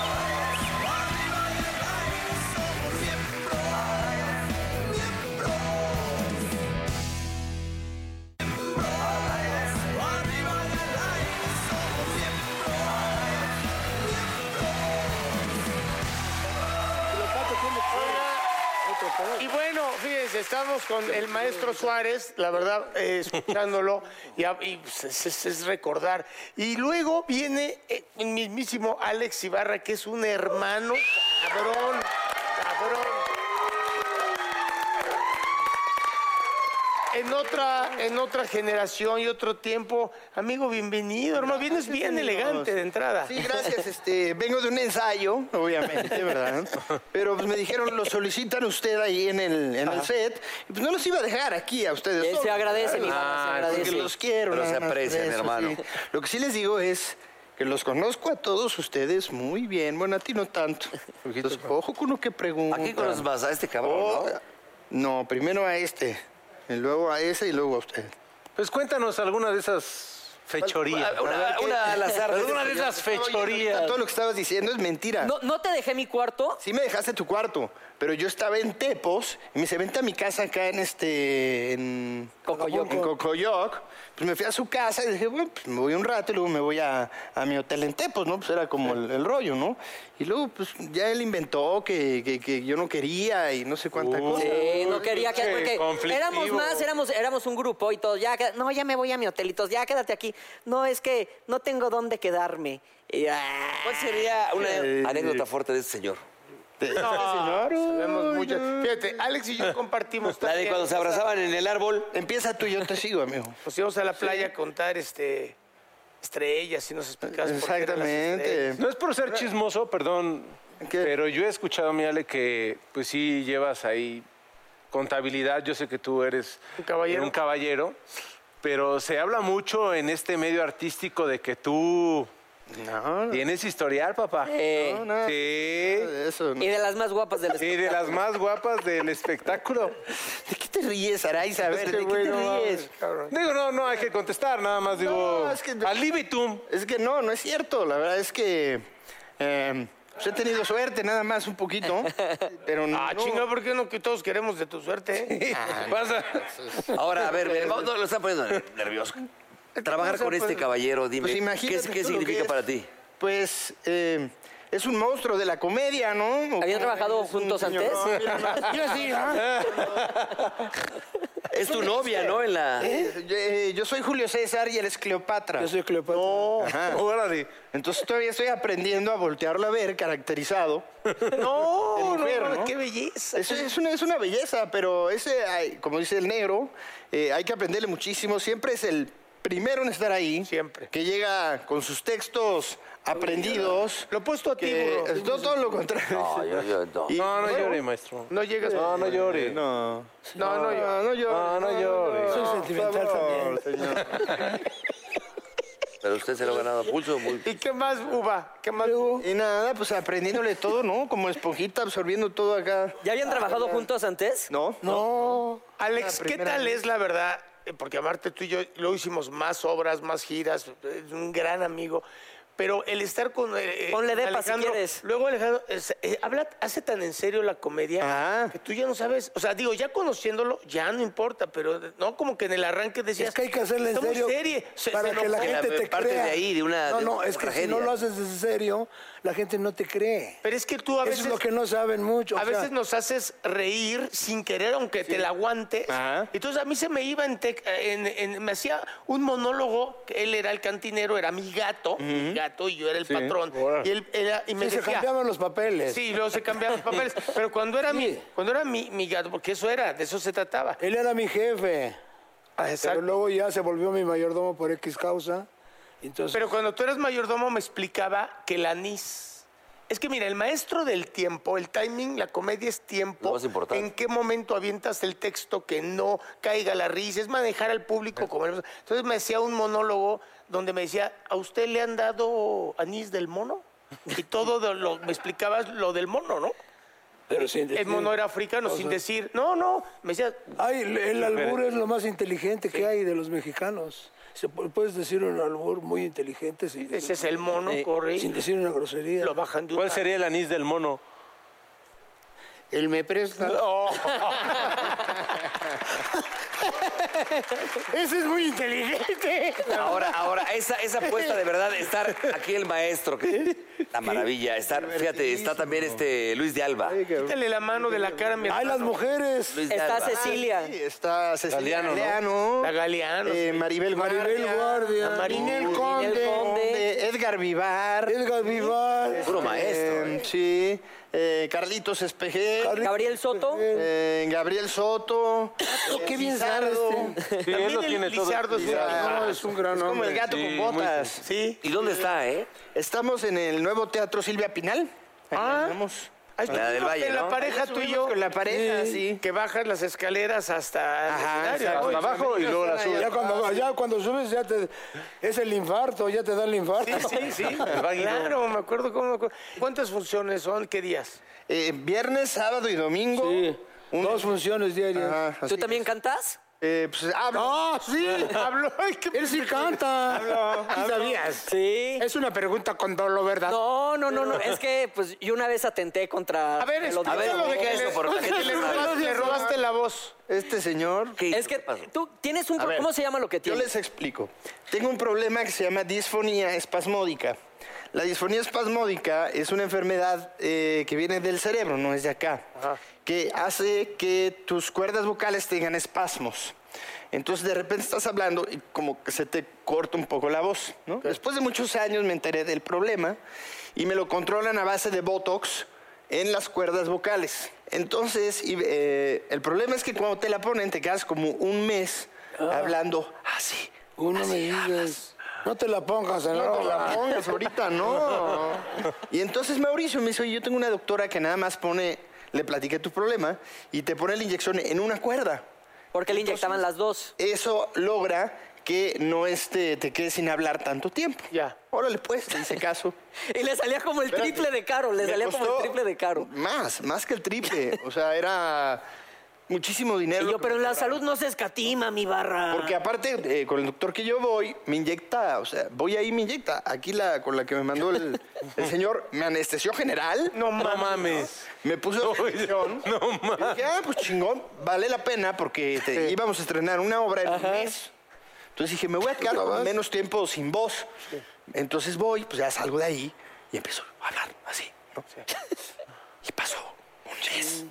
Speaker 1: Y bueno, fíjense, estamos con el maestro Suárez, la verdad, eh, escuchándolo, y, a- y, pues, es, es- es recordar. Y luego viene eh, el mismísimo Alex Ibarra, que es un hermano cabrón, cabrón. En otra, en otra generación y otro tiempo, amigo, bienvenido, hermano. Vienes bien elegante de entrada.
Speaker 6: Sí, gracias. Este, vengo de un ensayo, obviamente, ¿verdad? Pero pues, me dijeron, lo solicitan usted ahí en el, en el set. Y, pues no los iba a dejar aquí a ustedes.
Speaker 4: Eh, se
Speaker 6: solos,
Speaker 4: agradece, mi
Speaker 6: ¿verdad?
Speaker 4: Ibarra, se
Speaker 6: porque
Speaker 4: agradece.
Speaker 6: los quiero.
Speaker 2: Pero
Speaker 6: nada más
Speaker 2: se
Speaker 6: por
Speaker 2: aprecian,
Speaker 6: eso,
Speaker 2: hermano.
Speaker 6: sí. Lo que sí les digo es que los conozco a todos ustedes muy bien. Bueno, a ti no tanto. Entonces, ojo con lo que
Speaker 2: ¿A
Speaker 6: preguntan.
Speaker 2: quién conoces más? A este cabrón,
Speaker 6: Oh,
Speaker 2: ¿no?
Speaker 6: No, primero a este, y luego a ese y luego a usted.
Speaker 3: Pues cuéntanos alguna de esas Fechoría.
Speaker 4: Una, una al azar.
Speaker 3: Alguna de esas fechorías.
Speaker 6: Todo lo que estabas diciendo es mentira.
Speaker 4: No, no te dejé mi cuarto.
Speaker 6: Sí me dejaste tu cuarto, pero yo estaba en Tepos y me dice, vente a mi casa acá en este... En
Speaker 4: Cocoyoc.
Speaker 6: en Cocoyoc. Pues me fui a su casa y dije, bueno, pues me voy un rato y luego me voy a, a mi hotel en Tepos, ¿no? Pues era como el, el rollo, ¿no? Y luego, pues ya él inventó que, que- que yo no quería y no sé cuánta
Speaker 1: Uh.
Speaker 6: cosa.
Speaker 4: Sí, no quería que.
Speaker 3: sí,
Speaker 4: Porque
Speaker 3: conflictivo.
Speaker 4: éramos más, éramos, éramos un grupo y todos. Ya, queda- no, ya me voy a mi hotel y todos. Ya quédate aquí. No, es que no tengo dónde quedarme. Y, ah,
Speaker 2: ¿Cuál sería una anécdota fuerte de este señor?
Speaker 1: Sabemos muchas. Fíjate, Alex y yo compartimos
Speaker 2: La de
Speaker 1: también.
Speaker 2: cuando se abrazaban en el árbol.
Speaker 6: Empieza tú y yo te sigo, amigo.
Speaker 1: Nos Pues íbamos a la playa a contar este, estrellas y nos explicabas por qué eran las
Speaker 6: Exactamente.
Speaker 1: estrellas.
Speaker 3: No es por ser chismoso, perdón,
Speaker 6: ¿Qué?
Speaker 3: pero yo he escuchado, mi Ale, que pues sí llevas ahí contabilidad. Yo sé que tú eres
Speaker 1: Un caballero.
Speaker 3: un caballero, pero se habla mucho en este medio artístico de que tú
Speaker 6: No, no,
Speaker 3: tienes historial, papá.
Speaker 4: eh,
Speaker 6: no, nada
Speaker 3: Sí.
Speaker 6: de eso. no.
Speaker 4: y de las más guapas del
Speaker 3: Y de las más guapas del espectáctulo.
Speaker 6: ¿De qué te ríes, Araiza? A ver, ¿de qué te ríes?
Speaker 3: Digo, no, no hay que contestar, nada más digo.
Speaker 6: es que-
Speaker 3: Al libitum.
Speaker 6: Es que no, no es cierto. La verdad es que eh, pues he tenido suerte, nada más un poquito. Pero no.
Speaker 1: Ah, chinga, ¿por qué no que todos queremos de tu suerte? eh?
Speaker 3: Pasa.
Speaker 2: Ahora, a ver, ve, vamos, no, lo están poniendo nervioso. Trabajar con este caballero, dime,
Speaker 6: Pues
Speaker 2: ¿qué,
Speaker 6: imagínate tú
Speaker 2: qué
Speaker 6: lo que
Speaker 2: significa
Speaker 6: es.
Speaker 2: para ti?
Speaker 6: Pues eh, es un monstruo de la comedia, ¿no? ¿O cómo?
Speaker 4: ¿Habían trabajado
Speaker 6: Es un
Speaker 4: juntos
Speaker 6: señor-
Speaker 4: antes?
Speaker 6: Yo sí,
Speaker 1: ¿eh?
Speaker 6: ¿no?
Speaker 2: Es tu novia, ¿no? En la...
Speaker 6: Eh, yo, eh, yo soy Julio César y él es Cleopatra.
Speaker 5: Yo soy Cleopatra.
Speaker 6: Ajá.
Speaker 3: Órale.
Speaker 6: Entonces todavía estoy aprendiendo a voltearlo a ver caracterizado.
Speaker 1: Oh, No,
Speaker 6: mujer,
Speaker 1: no,
Speaker 6: ¿no?
Speaker 1: qué belleza.
Speaker 6: Es, es una, es una belleza, pero ese, ay, como dice el negro, eh, hay que aprenderle muchísimo. Siempre es el primero en estar ahí.
Speaker 1: Siempre.
Speaker 6: Que llega con sus textos aprendidos.
Speaker 1: Lo he puesto a ti,
Speaker 6: que-
Speaker 1: burro.
Speaker 6: es todo, todo lo contrario.
Speaker 2: No, yo, yo, no.
Speaker 6: Y-
Speaker 3: No, no
Speaker 6: bueno,
Speaker 3: llore, maestro.
Speaker 1: No llegas. Eh,
Speaker 3: No, no llore.
Speaker 6: No.
Speaker 1: No, no, yo-
Speaker 6: no llore.
Speaker 3: No, no llore.
Speaker 5: Soy
Speaker 6: por
Speaker 5: sentimental
Speaker 6: favor, señor.
Speaker 2: Pero usted se lo ha ganado a pulso. Muy...
Speaker 1: ¿Y qué más, Uva? ¿Qué más?
Speaker 6: Y nada, pues aprendiéndole todo, ¿no? Como esponjita absorbiendo todo acá.
Speaker 4: Ah, ¿Ya habían trabajado juntos antes?
Speaker 6: ¿No? No.
Speaker 1: Alex, ¿qué tal es la verdad? Eh, Porque aparte tú y yo lo hicimos más obras, más giras, es un gran amigo. Pero el estar con, eh, eh,
Speaker 4: Ponle
Speaker 1: con
Speaker 4: depa si
Speaker 1: Alejandro-
Speaker 4: quieres.
Speaker 1: Luego Alejandro, es- eh, habla, hace tan en serio la comedia
Speaker 6: Ah.
Speaker 1: que tú ya no sabes. O sea, digo, ya conociéndolo, ya no importa, pero no como que en el arranque decías.
Speaker 5: Es que hay que hacerle en
Speaker 1: "Está muy
Speaker 5: serio
Speaker 1: serie". Se-
Speaker 5: para
Speaker 1: se
Speaker 5: que la
Speaker 1: enojó.
Speaker 5: gente te
Speaker 2: parte de
Speaker 5: crea.
Speaker 2: ahí, de una-
Speaker 5: no,
Speaker 2: de
Speaker 5: no,
Speaker 2: una
Speaker 5: es que si
Speaker 2: tragedia.
Speaker 5: no lo haces en serio, la gente no te cree.
Speaker 1: Pero es que tú a veces.
Speaker 5: Eso es lo que no saben mucho. o
Speaker 1: A
Speaker 5: sea,
Speaker 1: veces nos haces reír sin querer, aunque te la aguantes.
Speaker 6: Ajá.
Speaker 1: Entonces a mí se me iba en, tec- en- en- Me hacía un monólogo. que Él era el cantinero, era mi gato. Mi gato y yo era el patrón. Y él era- y me
Speaker 5: sí, se
Speaker 1: decía...
Speaker 5: cambiaban los papeles.
Speaker 1: Sí, luego se cambiaban los papeles. Pero cuando era, mi, cuando era mi, mi gato, porque eso era, de eso se trataba.
Speaker 5: Él era mi jefe.
Speaker 1: Ah,
Speaker 5: Pero
Speaker 1: Pero,
Speaker 5: luego ya se volvió mi mayordomo por X causa. Entonces,
Speaker 1: cuando tú eras mayordomo me explicaba que el anís... Es que mira, el maestro del tiempo, el timing, la comedia es tiempo.
Speaker 2: Lo más importante.
Speaker 1: En qué momento avientas el texto que no caiga la risa, es manejar al público como... Entonces me hacía un monólogo donde me decía, ¿a usted le han dado anís del mono? Y todo de lo, me explicabas lo del mono, ¿no?
Speaker 5: pero sin
Speaker 1: El
Speaker 5: decir-
Speaker 1: mono era africano, sin decir, no, no, me decía,
Speaker 5: Ay, el- el albur es lo más inteligente que hay de los mexicanos. Se pu- puedes decir un albur muy inteligente sin,
Speaker 1: ese es el mono, corre,
Speaker 5: sin
Speaker 1: y
Speaker 5: decir una grosería.
Speaker 1: lo bajan de un...
Speaker 3: ¿Cuál sería el anís del mono?
Speaker 6: Él me presta. Ese es muy inteligente.
Speaker 2: Ahora, ahora, esa, esa apuesta de verdad, estar aquí el maestro, que la maravilla, estar, fíjate, está también este Luis de Alba.
Speaker 1: Quítale la mano de la cara a mi
Speaker 5: ¡Ay, las mujeres!
Speaker 2: Luis de
Speaker 4: Está
Speaker 2: Alba.
Speaker 4: Cecilia.
Speaker 6: Sí, está Cecilia
Speaker 3: Galeano, ¿no?
Speaker 6: Galeano,
Speaker 1: La Galeano,
Speaker 6: eh, Maribel Guardia.
Speaker 5: Maribel Guardia.
Speaker 1: Maribel
Speaker 6: Ninel Conde.
Speaker 4: Conde.
Speaker 6: eh, Edgar Vivar.
Speaker 5: Edgar Vivar.
Speaker 2: Puro maestro.
Speaker 6: eh, sí. eh, Carlitos Espejé.
Speaker 4: Gabriel Soto.
Speaker 6: eh, Gabriel Soto.
Speaker 5: ¡Qué
Speaker 6: eh,
Speaker 5: bien sabe
Speaker 6: Lizardo.
Speaker 5: este!
Speaker 3: Sí, él lo tiene todo.
Speaker 1: Lizardo es un
Speaker 6: Ah,
Speaker 1: animal.
Speaker 5: es un gran
Speaker 6: es como
Speaker 5: hombre.
Speaker 6: el gato
Speaker 3: Sí,
Speaker 6: con botas.
Speaker 1: Sí.
Speaker 2: ¿Y dónde está, eh?
Speaker 6: Estamos en el nuevo Teatro Silvia Pinal. Ahí
Speaker 1: Ah.
Speaker 6: andamos.
Speaker 1: Ahí
Speaker 2: La del
Speaker 1: estuvimos
Speaker 2: Valle,
Speaker 1: en La
Speaker 2: ¿no?
Speaker 1: pareja tú y yo. eh,
Speaker 6: Con la pareja, sí.
Speaker 1: Que bajas las escaleras hasta el
Speaker 6: Ajá,
Speaker 1: escenario,
Speaker 6: exacto.
Speaker 1: ¿no?
Speaker 3: Hasta abajo y luego la sube.
Speaker 5: Ya cuando, ya cuando subes, ya te, es el infarto, ya te da el infarto.
Speaker 1: Sí, sí.
Speaker 3: Váguilo.
Speaker 1: claro, me acuerdo cómo. me acuerdo. ¿Cuántas funciones son? ¿Qué días?
Speaker 6: Eh, viernes, sábado y domingo.
Speaker 5: Sí,
Speaker 6: Un-
Speaker 5: Dos funciones diarias.
Speaker 6: Ajá, así.
Speaker 4: ¿Tú también cantas?
Speaker 6: Eh, pues hablo.
Speaker 5: ¡Ah, sí!
Speaker 6: Hablo. ay, qué
Speaker 5: Él sí canta. ¿Sí sabías?
Speaker 4: Sí.
Speaker 5: Es una pregunta con dolo,
Speaker 4: Ah,
Speaker 5: ¿verdad?
Speaker 4: No, no, no, no. Es que pues yo una vez atenté contra.
Speaker 5: A ver,
Speaker 4: el otro.
Speaker 2: A ver,
Speaker 5: Explícalo de
Speaker 2: ubica
Speaker 5: que
Speaker 2: esto,
Speaker 5: le-
Speaker 2: por la gente
Speaker 5: le
Speaker 2: no sabe.
Speaker 5: robaste-
Speaker 6: Le robaste la voz. Este señor.
Speaker 2: ¿Qué-
Speaker 4: Es
Speaker 2: qué
Speaker 4: que
Speaker 2: pasó?
Speaker 4: tú tienes un.
Speaker 6: A ver,
Speaker 4: ¿Cómo se llama lo que
Speaker 6: Yo
Speaker 4: tienes?
Speaker 6: les explico. Tengo un problema que se llama disfonía espasmódica. La disfonía espasmódica es una enfermedad eh, que viene del cerebro, no es de acá, que hace que tus cuerdas vocales tengan espasmos. Entonces de repente estás hablando y como que se te corta un poco la voz. ¿no? Después de muchos años me enteré del problema y me lo controlan a base de Botox en las cuerdas vocales. Entonces, y, eh, el problema es que cuando te la ponen te quedas como un mes
Speaker 4: Ah.
Speaker 6: hablando así.
Speaker 5: Uno me digas. No te la pongas, en
Speaker 6: No te la pongas ahorita, no. Y entonces Mauricio me dice, oye, yo tengo una doctora que nada más pone, le platiqué tu problema y te pone la inyección en una cuerda.
Speaker 4: Porque le inyectaban las dos.
Speaker 6: Eso logra que no este, te quedes sin hablar tanto tiempo.
Speaker 5: Ya.
Speaker 6: Órale, pues, te hice caso.
Speaker 4: Y le salía como el triple de caro. Le
Speaker 6: Me
Speaker 4: salía como el
Speaker 6: costó
Speaker 4: triple de caro.
Speaker 6: Más, más que el triple. O sea, era muchísimo dinero.
Speaker 4: Y
Speaker 6: lo
Speaker 4: yo,
Speaker 6: que
Speaker 4: pero
Speaker 6: me
Speaker 4: en la
Speaker 6: cobraron.
Speaker 4: salud no se escatima, mi barra.
Speaker 6: Porque aparte, eh, con el doctor que yo voy, me inyecta, o sea, voy ahí, me inyecta. Aquí la con la que me mandó el, el señor, me anestesió general.
Speaker 3: No mames.
Speaker 6: Me puso la inyección.
Speaker 3: No
Speaker 6: Y
Speaker 3: mames.
Speaker 6: dije, ah, pues chingón, vale la pena porque te- íbamos a estrenar una obra en un mes. Entonces dije, me voy
Speaker 3: Pues
Speaker 6: a quedar con menos tiempo sin voz. Entonces voy, pues ya salgo de ahí y empiezo a hablar así. ¿no? Y pasó un mes.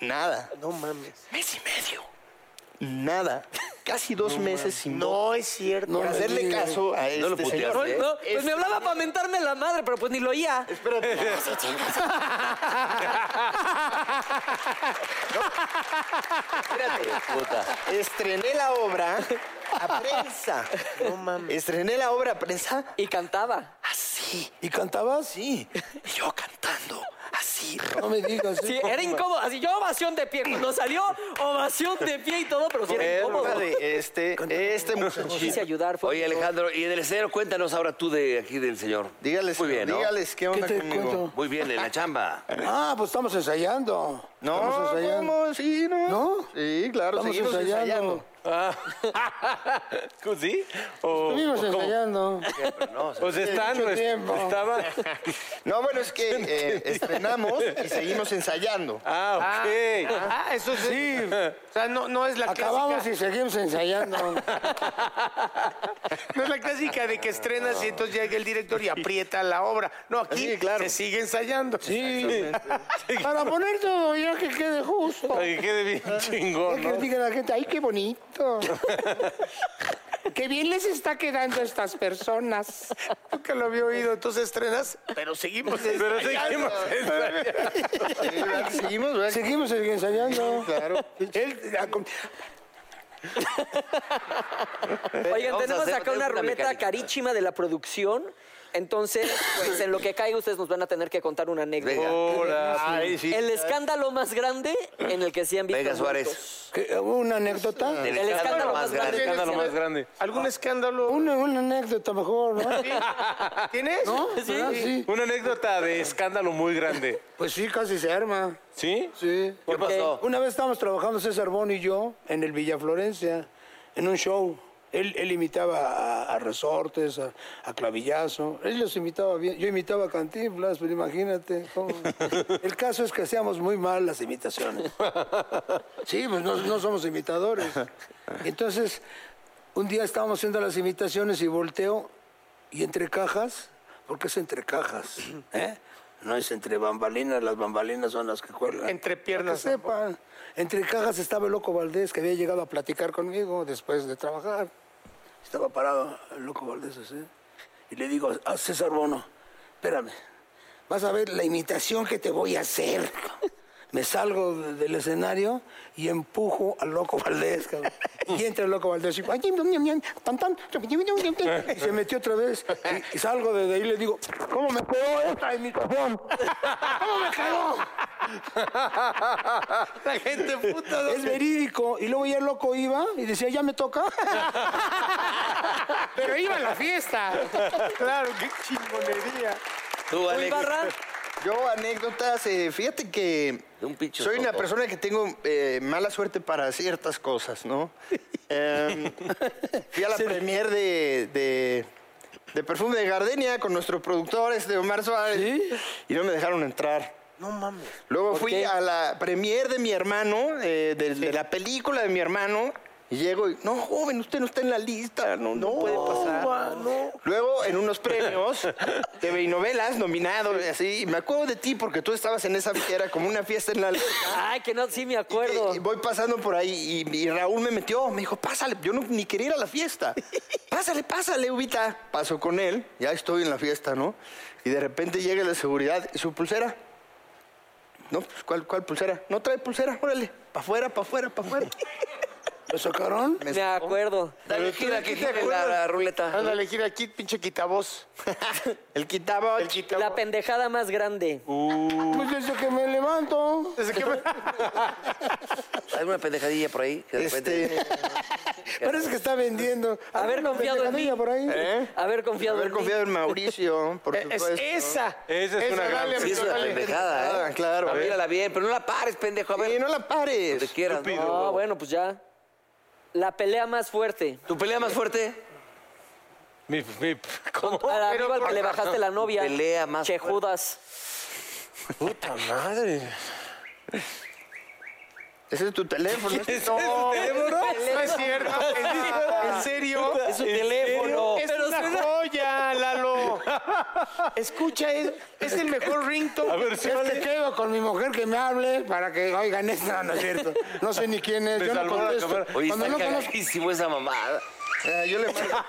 Speaker 6: Nada.
Speaker 1: No mames.
Speaker 6: Mes y medio. Nada. Casi dos meses sin voz.
Speaker 1: No es cierto.
Speaker 6: Por hacerle caso a este
Speaker 2: lo puteaste,
Speaker 6: señor.
Speaker 2: ¿eh?
Speaker 4: No, pues me hablaba para mentarme la madre, pero pues ni lo oía.
Speaker 2: Puta.
Speaker 6: Estrené la obra a prensa. No mames. Estrené la obra a prensa
Speaker 4: Y cantaba.
Speaker 6: así.
Speaker 5: ¿Y cantabas?
Speaker 6: Sí. Y yo cantando así.
Speaker 5: No me digas. ¿eh?
Speaker 4: Sí, era incómodo. Así yo ovación de pie. Cuando salió, ovación de pie y todo, pero sí era incómodo.
Speaker 6: Obra de este, este
Speaker 4: Sí se
Speaker 6: muchachito.
Speaker 4: ayudar. Fue
Speaker 2: Oye, Alejandro, y del escenario, cuéntanos ahora tú de aquí del señor.
Speaker 6: Dígales,
Speaker 2: Muy bien, ¿no?
Speaker 6: dígales qué onda
Speaker 5: te
Speaker 6: conmigo.
Speaker 5: cuento?
Speaker 2: Muy bien, en la chamba.
Speaker 5: Ah, pues estamos ensayando.
Speaker 6: No,
Speaker 5: estamos ensayando.
Speaker 6: ¿cómo? Sí, no.
Speaker 5: ¿No?
Speaker 6: Sí, claro,
Speaker 5: Estamos
Speaker 6: seguimos
Speaker 5: ensayando.
Speaker 6: ensayando.
Speaker 3: Ah. ¿Sí? O,
Speaker 5: Estuvimos
Speaker 3: o cómo?
Speaker 5: ensayando.
Speaker 2: No, o sea,
Speaker 3: O sea, están,
Speaker 5: Mucho
Speaker 3: pues,
Speaker 5: tiempo.
Speaker 3: estaban...
Speaker 6: No, bueno, es que eh, estrenamos y seguimos ensayando.
Speaker 3: Ah, ok.
Speaker 1: Ah, eso es. Sí. O sea, no, no es la
Speaker 5: Acabamos
Speaker 1: clásica.
Speaker 5: y seguimos ensayando.
Speaker 1: No es la clásica de que estrenas y entonces llega el director y aprieta la obra. No, aquí
Speaker 6: Sí, claro.
Speaker 1: se sigue ensayando.
Speaker 5: Sí. Para poner todo ya que quede justo.
Speaker 3: Para que quede bien
Speaker 5: Ya
Speaker 3: chingón,
Speaker 5: que
Speaker 3: ¿no?
Speaker 5: diga la gente, ay, qué bonito. qué bien les está quedando a estas personas.
Speaker 1: Nunca lo había oído. Entonces estrenas, pero seguimos
Speaker 3: Pero
Speaker 1: ensayando.
Speaker 3: seguimos ensayando.
Speaker 6: Sí, ¿verdad? seguimos, ¿verdad?
Speaker 5: Seguimos ensayando.
Speaker 6: Claro.
Speaker 5: Él, la com-
Speaker 4: Oigan,
Speaker 2: Vamos a
Speaker 4: tenemos
Speaker 2: hacer-
Speaker 4: acá una
Speaker 2: tenemos una
Speaker 4: ruleta
Speaker 2: mecánica.
Speaker 4: caríchima de la producción. Entonces, pues en lo que caiga, ustedes nos van a tener que contar una anécdota.
Speaker 2: Venga.
Speaker 3: Hola. Ay, sí.
Speaker 4: El escándalo más grande en el que se han visto.
Speaker 2: Venga,
Speaker 4: juntos.
Speaker 2: Suárez.
Speaker 5: ¿Qué, eh, ¿Una anécdota?
Speaker 2: El
Speaker 4: El escándalo más grande.
Speaker 3: Escándalo más grande.
Speaker 1: ¿Algún escándalo?
Speaker 5: Una, una anécdota mejor, ¿no?
Speaker 1: ¿Tienes?
Speaker 5: ¿No?
Speaker 4: Sí.
Speaker 5: ¿Verdad? Sí.
Speaker 3: Una anécdota de escándalo muy grande.
Speaker 5: Pues sí, casi se arma.
Speaker 3: ¿Sí?
Speaker 5: Sí.
Speaker 2: ¿Qué pasó?
Speaker 5: Una vez estábamos trabajando César Bono y yo en el Villa Florencia, en un show. Él, él imitaba a, a Resortes, a, a Clavillazo. Él los imitaba bien. Yo imitaba a Cantinflas, pero imagínate. cómo. El caso es que hacíamos muy mal las imitaciones. Sí, pues no, no somos imitadores. Entonces, un día estábamos haciendo las imitaciones y volteo y entre cajas, porque es entre cajas, ¿eh? No es entre bambalinas, las bambalinas son las que cuelgan.
Speaker 1: Entre piernas.
Speaker 5: Para que sepan. Entre cajas estaba el loco Valdés, que había llegado a platicar conmigo después de trabajar. Estaba parado el loco Valdés así. Y le digo a César Bono, espérame, vas a ver la imitación que te voy a hacer. cabrón". Me salgo de- del escenario y empujo al loco Valdés. cabrón. Y entra el loco Valdés y, "Ay, ñam, ñam, ñam, tan, tan, ñam, ñam, ñam, ñam". Y se metió otra vez. Y, y salgo desde ahí y le digo, ¿cómo me quedó esta imitación? ¿Cómo me quedó?
Speaker 1: La gente puta.
Speaker 5: Es verídico. Y luego ya el loco iba y decía, ya me toca.
Speaker 1: Pero iba a la fiesta. Claro, qué chingonería.
Speaker 2: Tú,
Speaker 4: Uy,
Speaker 2: Alex.
Speaker 4: Barra,
Speaker 6: Yo, anécdotas, eh, fíjate que
Speaker 2: De un pinche
Speaker 6: soy una
Speaker 2: soto.
Speaker 6: persona que tengo eh, mala suerte para ciertas cosas, ¿no? Em, fui a la premier de, de- de Perfume de Gardenia con nuestro productor, este Omar Suárez, y no me dejaron entrar.
Speaker 1: No mames.
Speaker 6: Luego fui a la premier de mi hermano, eh, de, de la película de mi hermano, y llego y, no, joven, usted no está en la lista, no, no, puede pasar. Luego, en unos premios, TV y novelas, nominado, y así, y me acuerdo de ti porque tú estabas en esa, era como una fiesta en la
Speaker 4: Ay, que no, sí me acuerdo.
Speaker 6: y- y voy pasando por ahí y, y Raúl me metió, me dijo, pásale, yo no, ni quería ir a la fiesta. Pásale, pásale, Ubita. Paso con él, ya estoy en la fiesta, ¿no? Y de repente llega la seguridad y su pulsera. No, pues, ¿cuál, cuál pulsera? No trae pulsera, órale, para afuera, para afuera, para afuera.
Speaker 5: ¿Lo sacaron?
Speaker 4: Me acuerdo.
Speaker 2: Dale, gira, que gire la, la ruleta.
Speaker 1: Ándale, gira aquí, pinche quitavoz.
Speaker 6: El quitaba.
Speaker 1: El quitavoz.
Speaker 4: La pendejada más grande.
Speaker 5: Pues desde que me levanto.
Speaker 1: Desde que me-
Speaker 2: ¿Alguna pendejadilla por ahí? Que de repente-
Speaker 6: Este,
Speaker 5: Parece que está vendiendo.
Speaker 4: Haber
Speaker 5: Alguna
Speaker 4: confiado en
Speaker 5: Ah, pendejadilla
Speaker 4: mí.
Speaker 5: por ahí.
Speaker 6: ¿eh?
Speaker 4: Haber confiado
Speaker 6: Haber
Speaker 4: en mí.
Speaker 6: confiado en Mauricio, por
Speaker 1: Es
Speaker 6: supuesto.
Speaker 1: esa.
Speaker 3: Esa es una gran-
Speaker 1: dale,
Speaker 2: Sí, es
Speaker 1: amigo,
Speaker 2: una
Speaker 1: dale.
Speaker 2: pendejada,
Speaker 6: Ah,
Speaker 2: ¿eh?
Speaker 6: claro.
Speaker 2: Ah, Mírala bien, pero no la pares, pendejo. A ver,
Speaker 6: Y no la pares.
Speaker 2: te quieras. ¿no?
Speaker 4: No, bueno, pues ya. La pelea más fuerte.
Speaker 2: ¿Tu pelea más fuerte?
Speaker 3: Mi- mi-
Speaker 4: Con,
Speaker 5: Oh,
Speaker 4: a la viva al que le bajaste la novia.
Speaker 2: Pelea más
Speaker 4: Che
Speaker 2: fuerte.
Speaker 4: Judas.
Speaker 3: Puta madre.
Speaker 6: Ese es tu teléfono. ese es-
Speaker 1: No, no es cierto. ¿En serio?
Speaker 4: Es su teléfono.
Speaker 1: Es una joya, Lalo. Escucha, es, es el mejor ringtone.
Speaker 3: A ver, sí,
Speaker 5: Es que quedo con mi mujer que me hable para que oigan esto, no, no es cierto. No sé ni quién es,
Speaker 3: Me
Speaker 5: yo no
Speaker 3: salvó la
Speaker 5: contesto.
Speaker 3: cámara.
Speaker 2: Oye,
Speaker 5: Cuando
Speaker 2: está
Speaker 5: no conozco,
Speaker 2: cagadísimo esa mamada.
Speaker 6: Ah, yo le marco.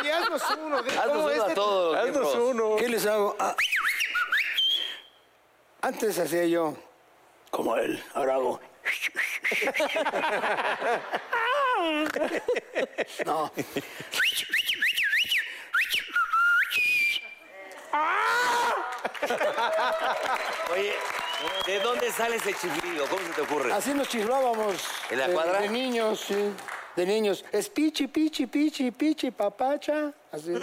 Speaker 1: Oye, haznos uno. de-
Speaker 2: Haznos
Speaker 1: ¿cómo
Speaker 2: uno
Speaker 1: es
Speaker 5: este
Speaker 2: a
Speaker 1: de-
Speaker 2: todos los
Speaker 3: Haznos
Speaker 2: miembros.
Speaker 3: uno.
Speaker 5: ¿qué les hago? Ah. Antes hacía yo como él, ahora hago. No.
Speaker 2: Oye, ¿de dónde sale ese chiflido? ¿Cómo se te ocurre?
Speaker 5: Así nos chiflábamos.
Speaker 2: ¿En la
Speaker 5: de-
Speaker 2: cuadra?
Speaker 5: De, niños, sí. De niños. Es pichi, pichi, pichi, pichi, papacha. Así.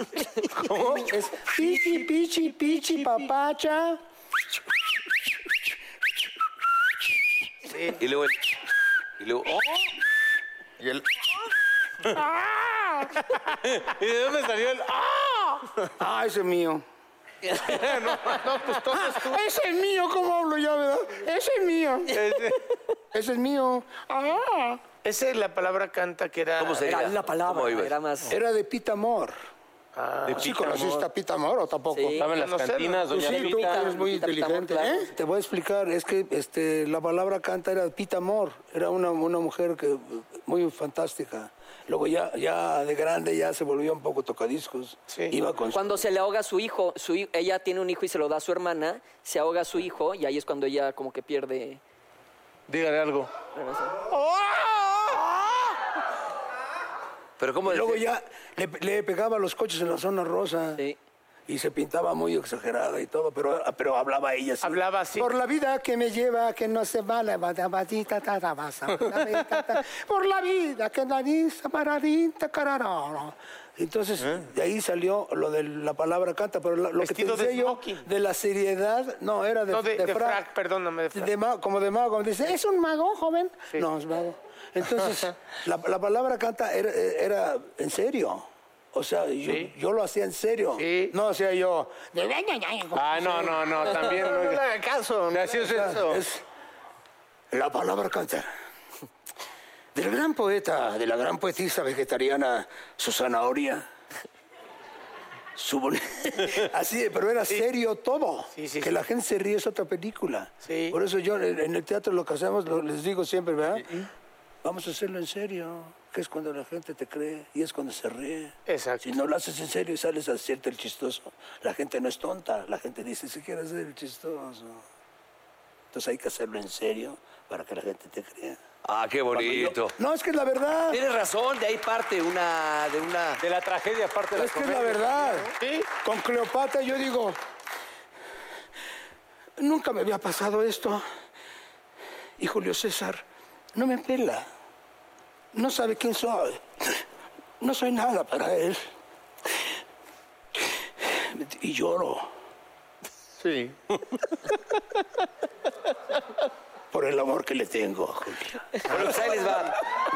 Speaker 5: ¿Cómo? Es pichi, pichi, pichi, papacha.
Speaker 2: Y luego el... Y luego... ¡Oh!
Speaker 6: Y él-
Speaker 3: ¿Y de dónde salió el.? ¡Ah!
Speaker 5: Ah, ese es mío. no, pues Ese es mío, ¿cómo hablo yo, verdad? Ese es mío. Ese es mío. Ah.
Speaker 1: Esa es la palabra canta que era.
Speaker 2: ¿Cómo se
Speaker 4: Era
Speaker 2: diga?
Speaker 4: la palabra.
Speaker 2: ¿Cómo ibas?
Speaker 4: Era más.
Speaker 5: Era de Pita Amor.
Speaker 3: De
Speaker 5: ¿Sí
Speaker 3: pica,
Speaker 5: conociste
Speaker 3: amor.
Speaker 5: a Pita Amor o tampoco?
Speaker 4: Sí.
Speaker 3: Estaba en las
Speaker 1: No sé,
Speaker 3: cantinas,
Speaker 5: Pues
Speaker 3: doña
Speaker 5: sí, tú
Speaker 3: Pita.
Speaker 5: eres muy
Speaker 4: Pita Amor,
Speaker 5: inteligente,
Speaker 4: claro.
Speaker 5: ¿eh? Te voy a explicar, es que este, la palabra canta era Pita Amor, era una, una mujer que, muy fantástica. Luego ya, ya de grande ya se volvió un poco tocadiscos. Iba con su-
Speaker 4: Cuando se le ahoga su hijo, su hi- ella tiene un hijo y se lo da a su hermana, se ahoga su hijo y ahí es cuando ella como que pierde.
Speaker 3: Dígale algo.
Speaker 2: Pero ¿cómo
Speaker 5: Luego
Speaker 2: decir?
Speaker 5: ya le, le pegaba los coches en la zona rosa.
Speaker 4: Sí.
Speaker 5: Y se pintaba muy exagerada y todo, pero, ah, pero hablaba ella así.
Speaker 1: Hablaba así.
Speaker 5: Por la vida que me lleva, que no se va la batabatita, tatabasa, tatabata. Por la vida que nariza, paradita, cararara. Entonces, de ahí salió lo de la palabra canta, pero la- lo que te
Speaker 1: ¿Eh? Vestido de
Speaker 5: decía yo
Speaker 1: smoking.
Speaker 5: de la seriedad, no, era de,
Speaker 1: No, de,
Speaker 5: de
Speaker 1: de
Speaker 5: frac.
Speaker 1: frac, perdóname, de frac.
Speaker 5: De ma- como de mago, como dice, es un mago, joven. No, es mago. Entonces, la, la palabra canta era, era en serio. O sea, yo, yo lo hacía en serio.
Speaker 1: Sí.
Speaker 5: No hacía yo.
Speaker 3: Ah, no, no, no, también.
Speaker 6: No le
Speaker 3: No, eh.
Speaker 6: haga caso.
Speaker 3: Le hacía usted eso.
Speaker 5: Es la palabra canta. Del gran poeta, de la gran poetisa vegetariana Susana Oria. Su boni- Así, pero era serio todo.
Speaker 1: Sí, sí,
Speaker 5: que
Speaker 1: sí.
Speaker 5: la gente se ríe es otra película.
Speaker 1: Sí.
Speaker 5: Por eso yo en en el teatro lo que hacemos, lo- les digo siempre, ¿verdad? Vamos a hacerlo en serio, que es cuando la gente te cree y es cuando se ríe.
Speaker 1: Exacto.
Speaker 5: Si no lo haces en serio y sales a hacerte el chistoso, la gente no es tonta, la gente dice, si quieres hacer el chistoso. Entonces hay que hacerlo en serio para que la gente te crea.
Speaker 2: Ah, qué bonito.
Speaker 5: No, es que es la verdad.
Speaker 2: Tienes razón, de ahí parte una... De una...
Speaker 3: de la tragedia, aparte de la
Speaker 5: Es que es la
Speaker 3: comedia.
Speaker 5: verdad. Con Cleopatra yo digo, nunca me había pasado esto. Y Julio César no me pela. No sabe quién soy. No soy nada para él. Y lloro.
Speaker 6: Sí.
Speaker 5: Por el amor que le tengo a Julio.
Speaker 2: Bueno, pues ahí les va.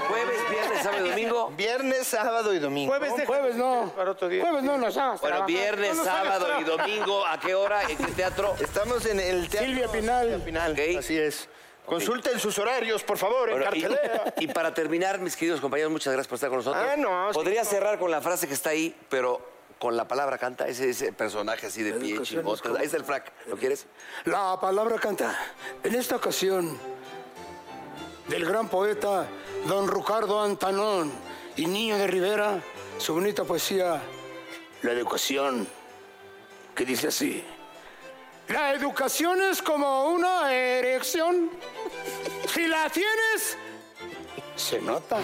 Speaker 2: Jueves, viernes, sábado y domingo.
Speaker 6: Viernes, sábado y domingo.
Speaker 5: No, jueves no.
Speaker 1: para otro día.
Speaker 5: Jueves no nos hagas
Speaker 2: Bueno,
Speaker 5: trabajar.
Speaker 2: viernes,
Speaker 5: No nos hagas
Speaker 2: sábado y
Speaker 5: trabajar.
Speaker 2: domingo. ¿A qué hora? ¿En qué teatro?
Speaker 6: Estamos en el teatro.
Speaker 5: Silvia Pinal.
Speaker 6: Silvia Pinal.
Speaker 2: Ok.
Speaker 6: Así es. Consulten sus horarios, por favor, en
Speaker 2: Bueno, y,
Speaker 6: cartelera.
Speaker 2: y para terminar, mis queridos compañeros, muchas gracias por estar con nosotros.
Speaker 6: Ah, no, sí.
Speaker 2: Podría cerrar con la frase que está ahí, pero con la palabra canta, ese, ese personaje así de pie,
Speaker 5: Educación es
Speaker 2: chingón.
Speaker 5: como-
Speaker 2: Ahí está el frac. ¿Lo quieres?
Speaker 5: La palabra canta. En esta ocasión, del gran poeta don Ricardo Antanón y Niño de Rivera, su bonita poesía, La educación, que dice así. La educación es como una erección. Si la tienes, se nota.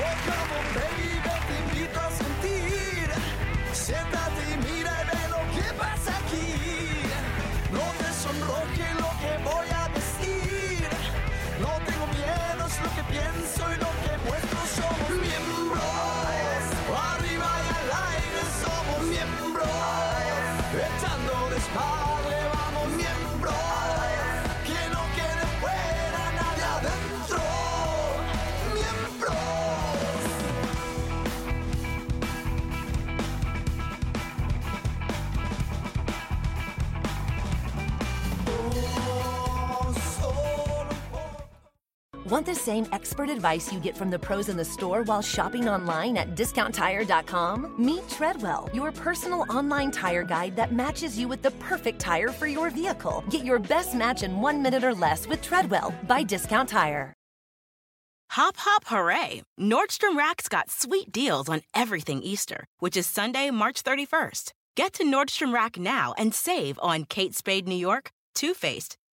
Speaker 7: Baby, te invito a sentir. Siéntate y mira y ve lo que pasa aquí. No te sonroje lo que voy a decir. No tengo miedo, es lo que pienso y lo que muestro. Somos miembros. Arriba y al aire somos miembros. Echando desmadre vamos miembros. Que no quede fuera nadie adentro. Miembros.
Speaker 8: Want the same expert advice you get from the pros in the store while shopping online at discounttire.com? Meet Treadwell, your personal online tire guide that matches you with the perfect tire for your vehicle. Get your best match in one minute or less with Treadwell by Discount Tire.
Speaker 9: Hop, hop, hooray! Nordstrom Rack's got sweet deals on everything Easter, which is Sunday, March 31st. Get to Nordstrom Rack now and save on Kate Spade New York, Too Faced,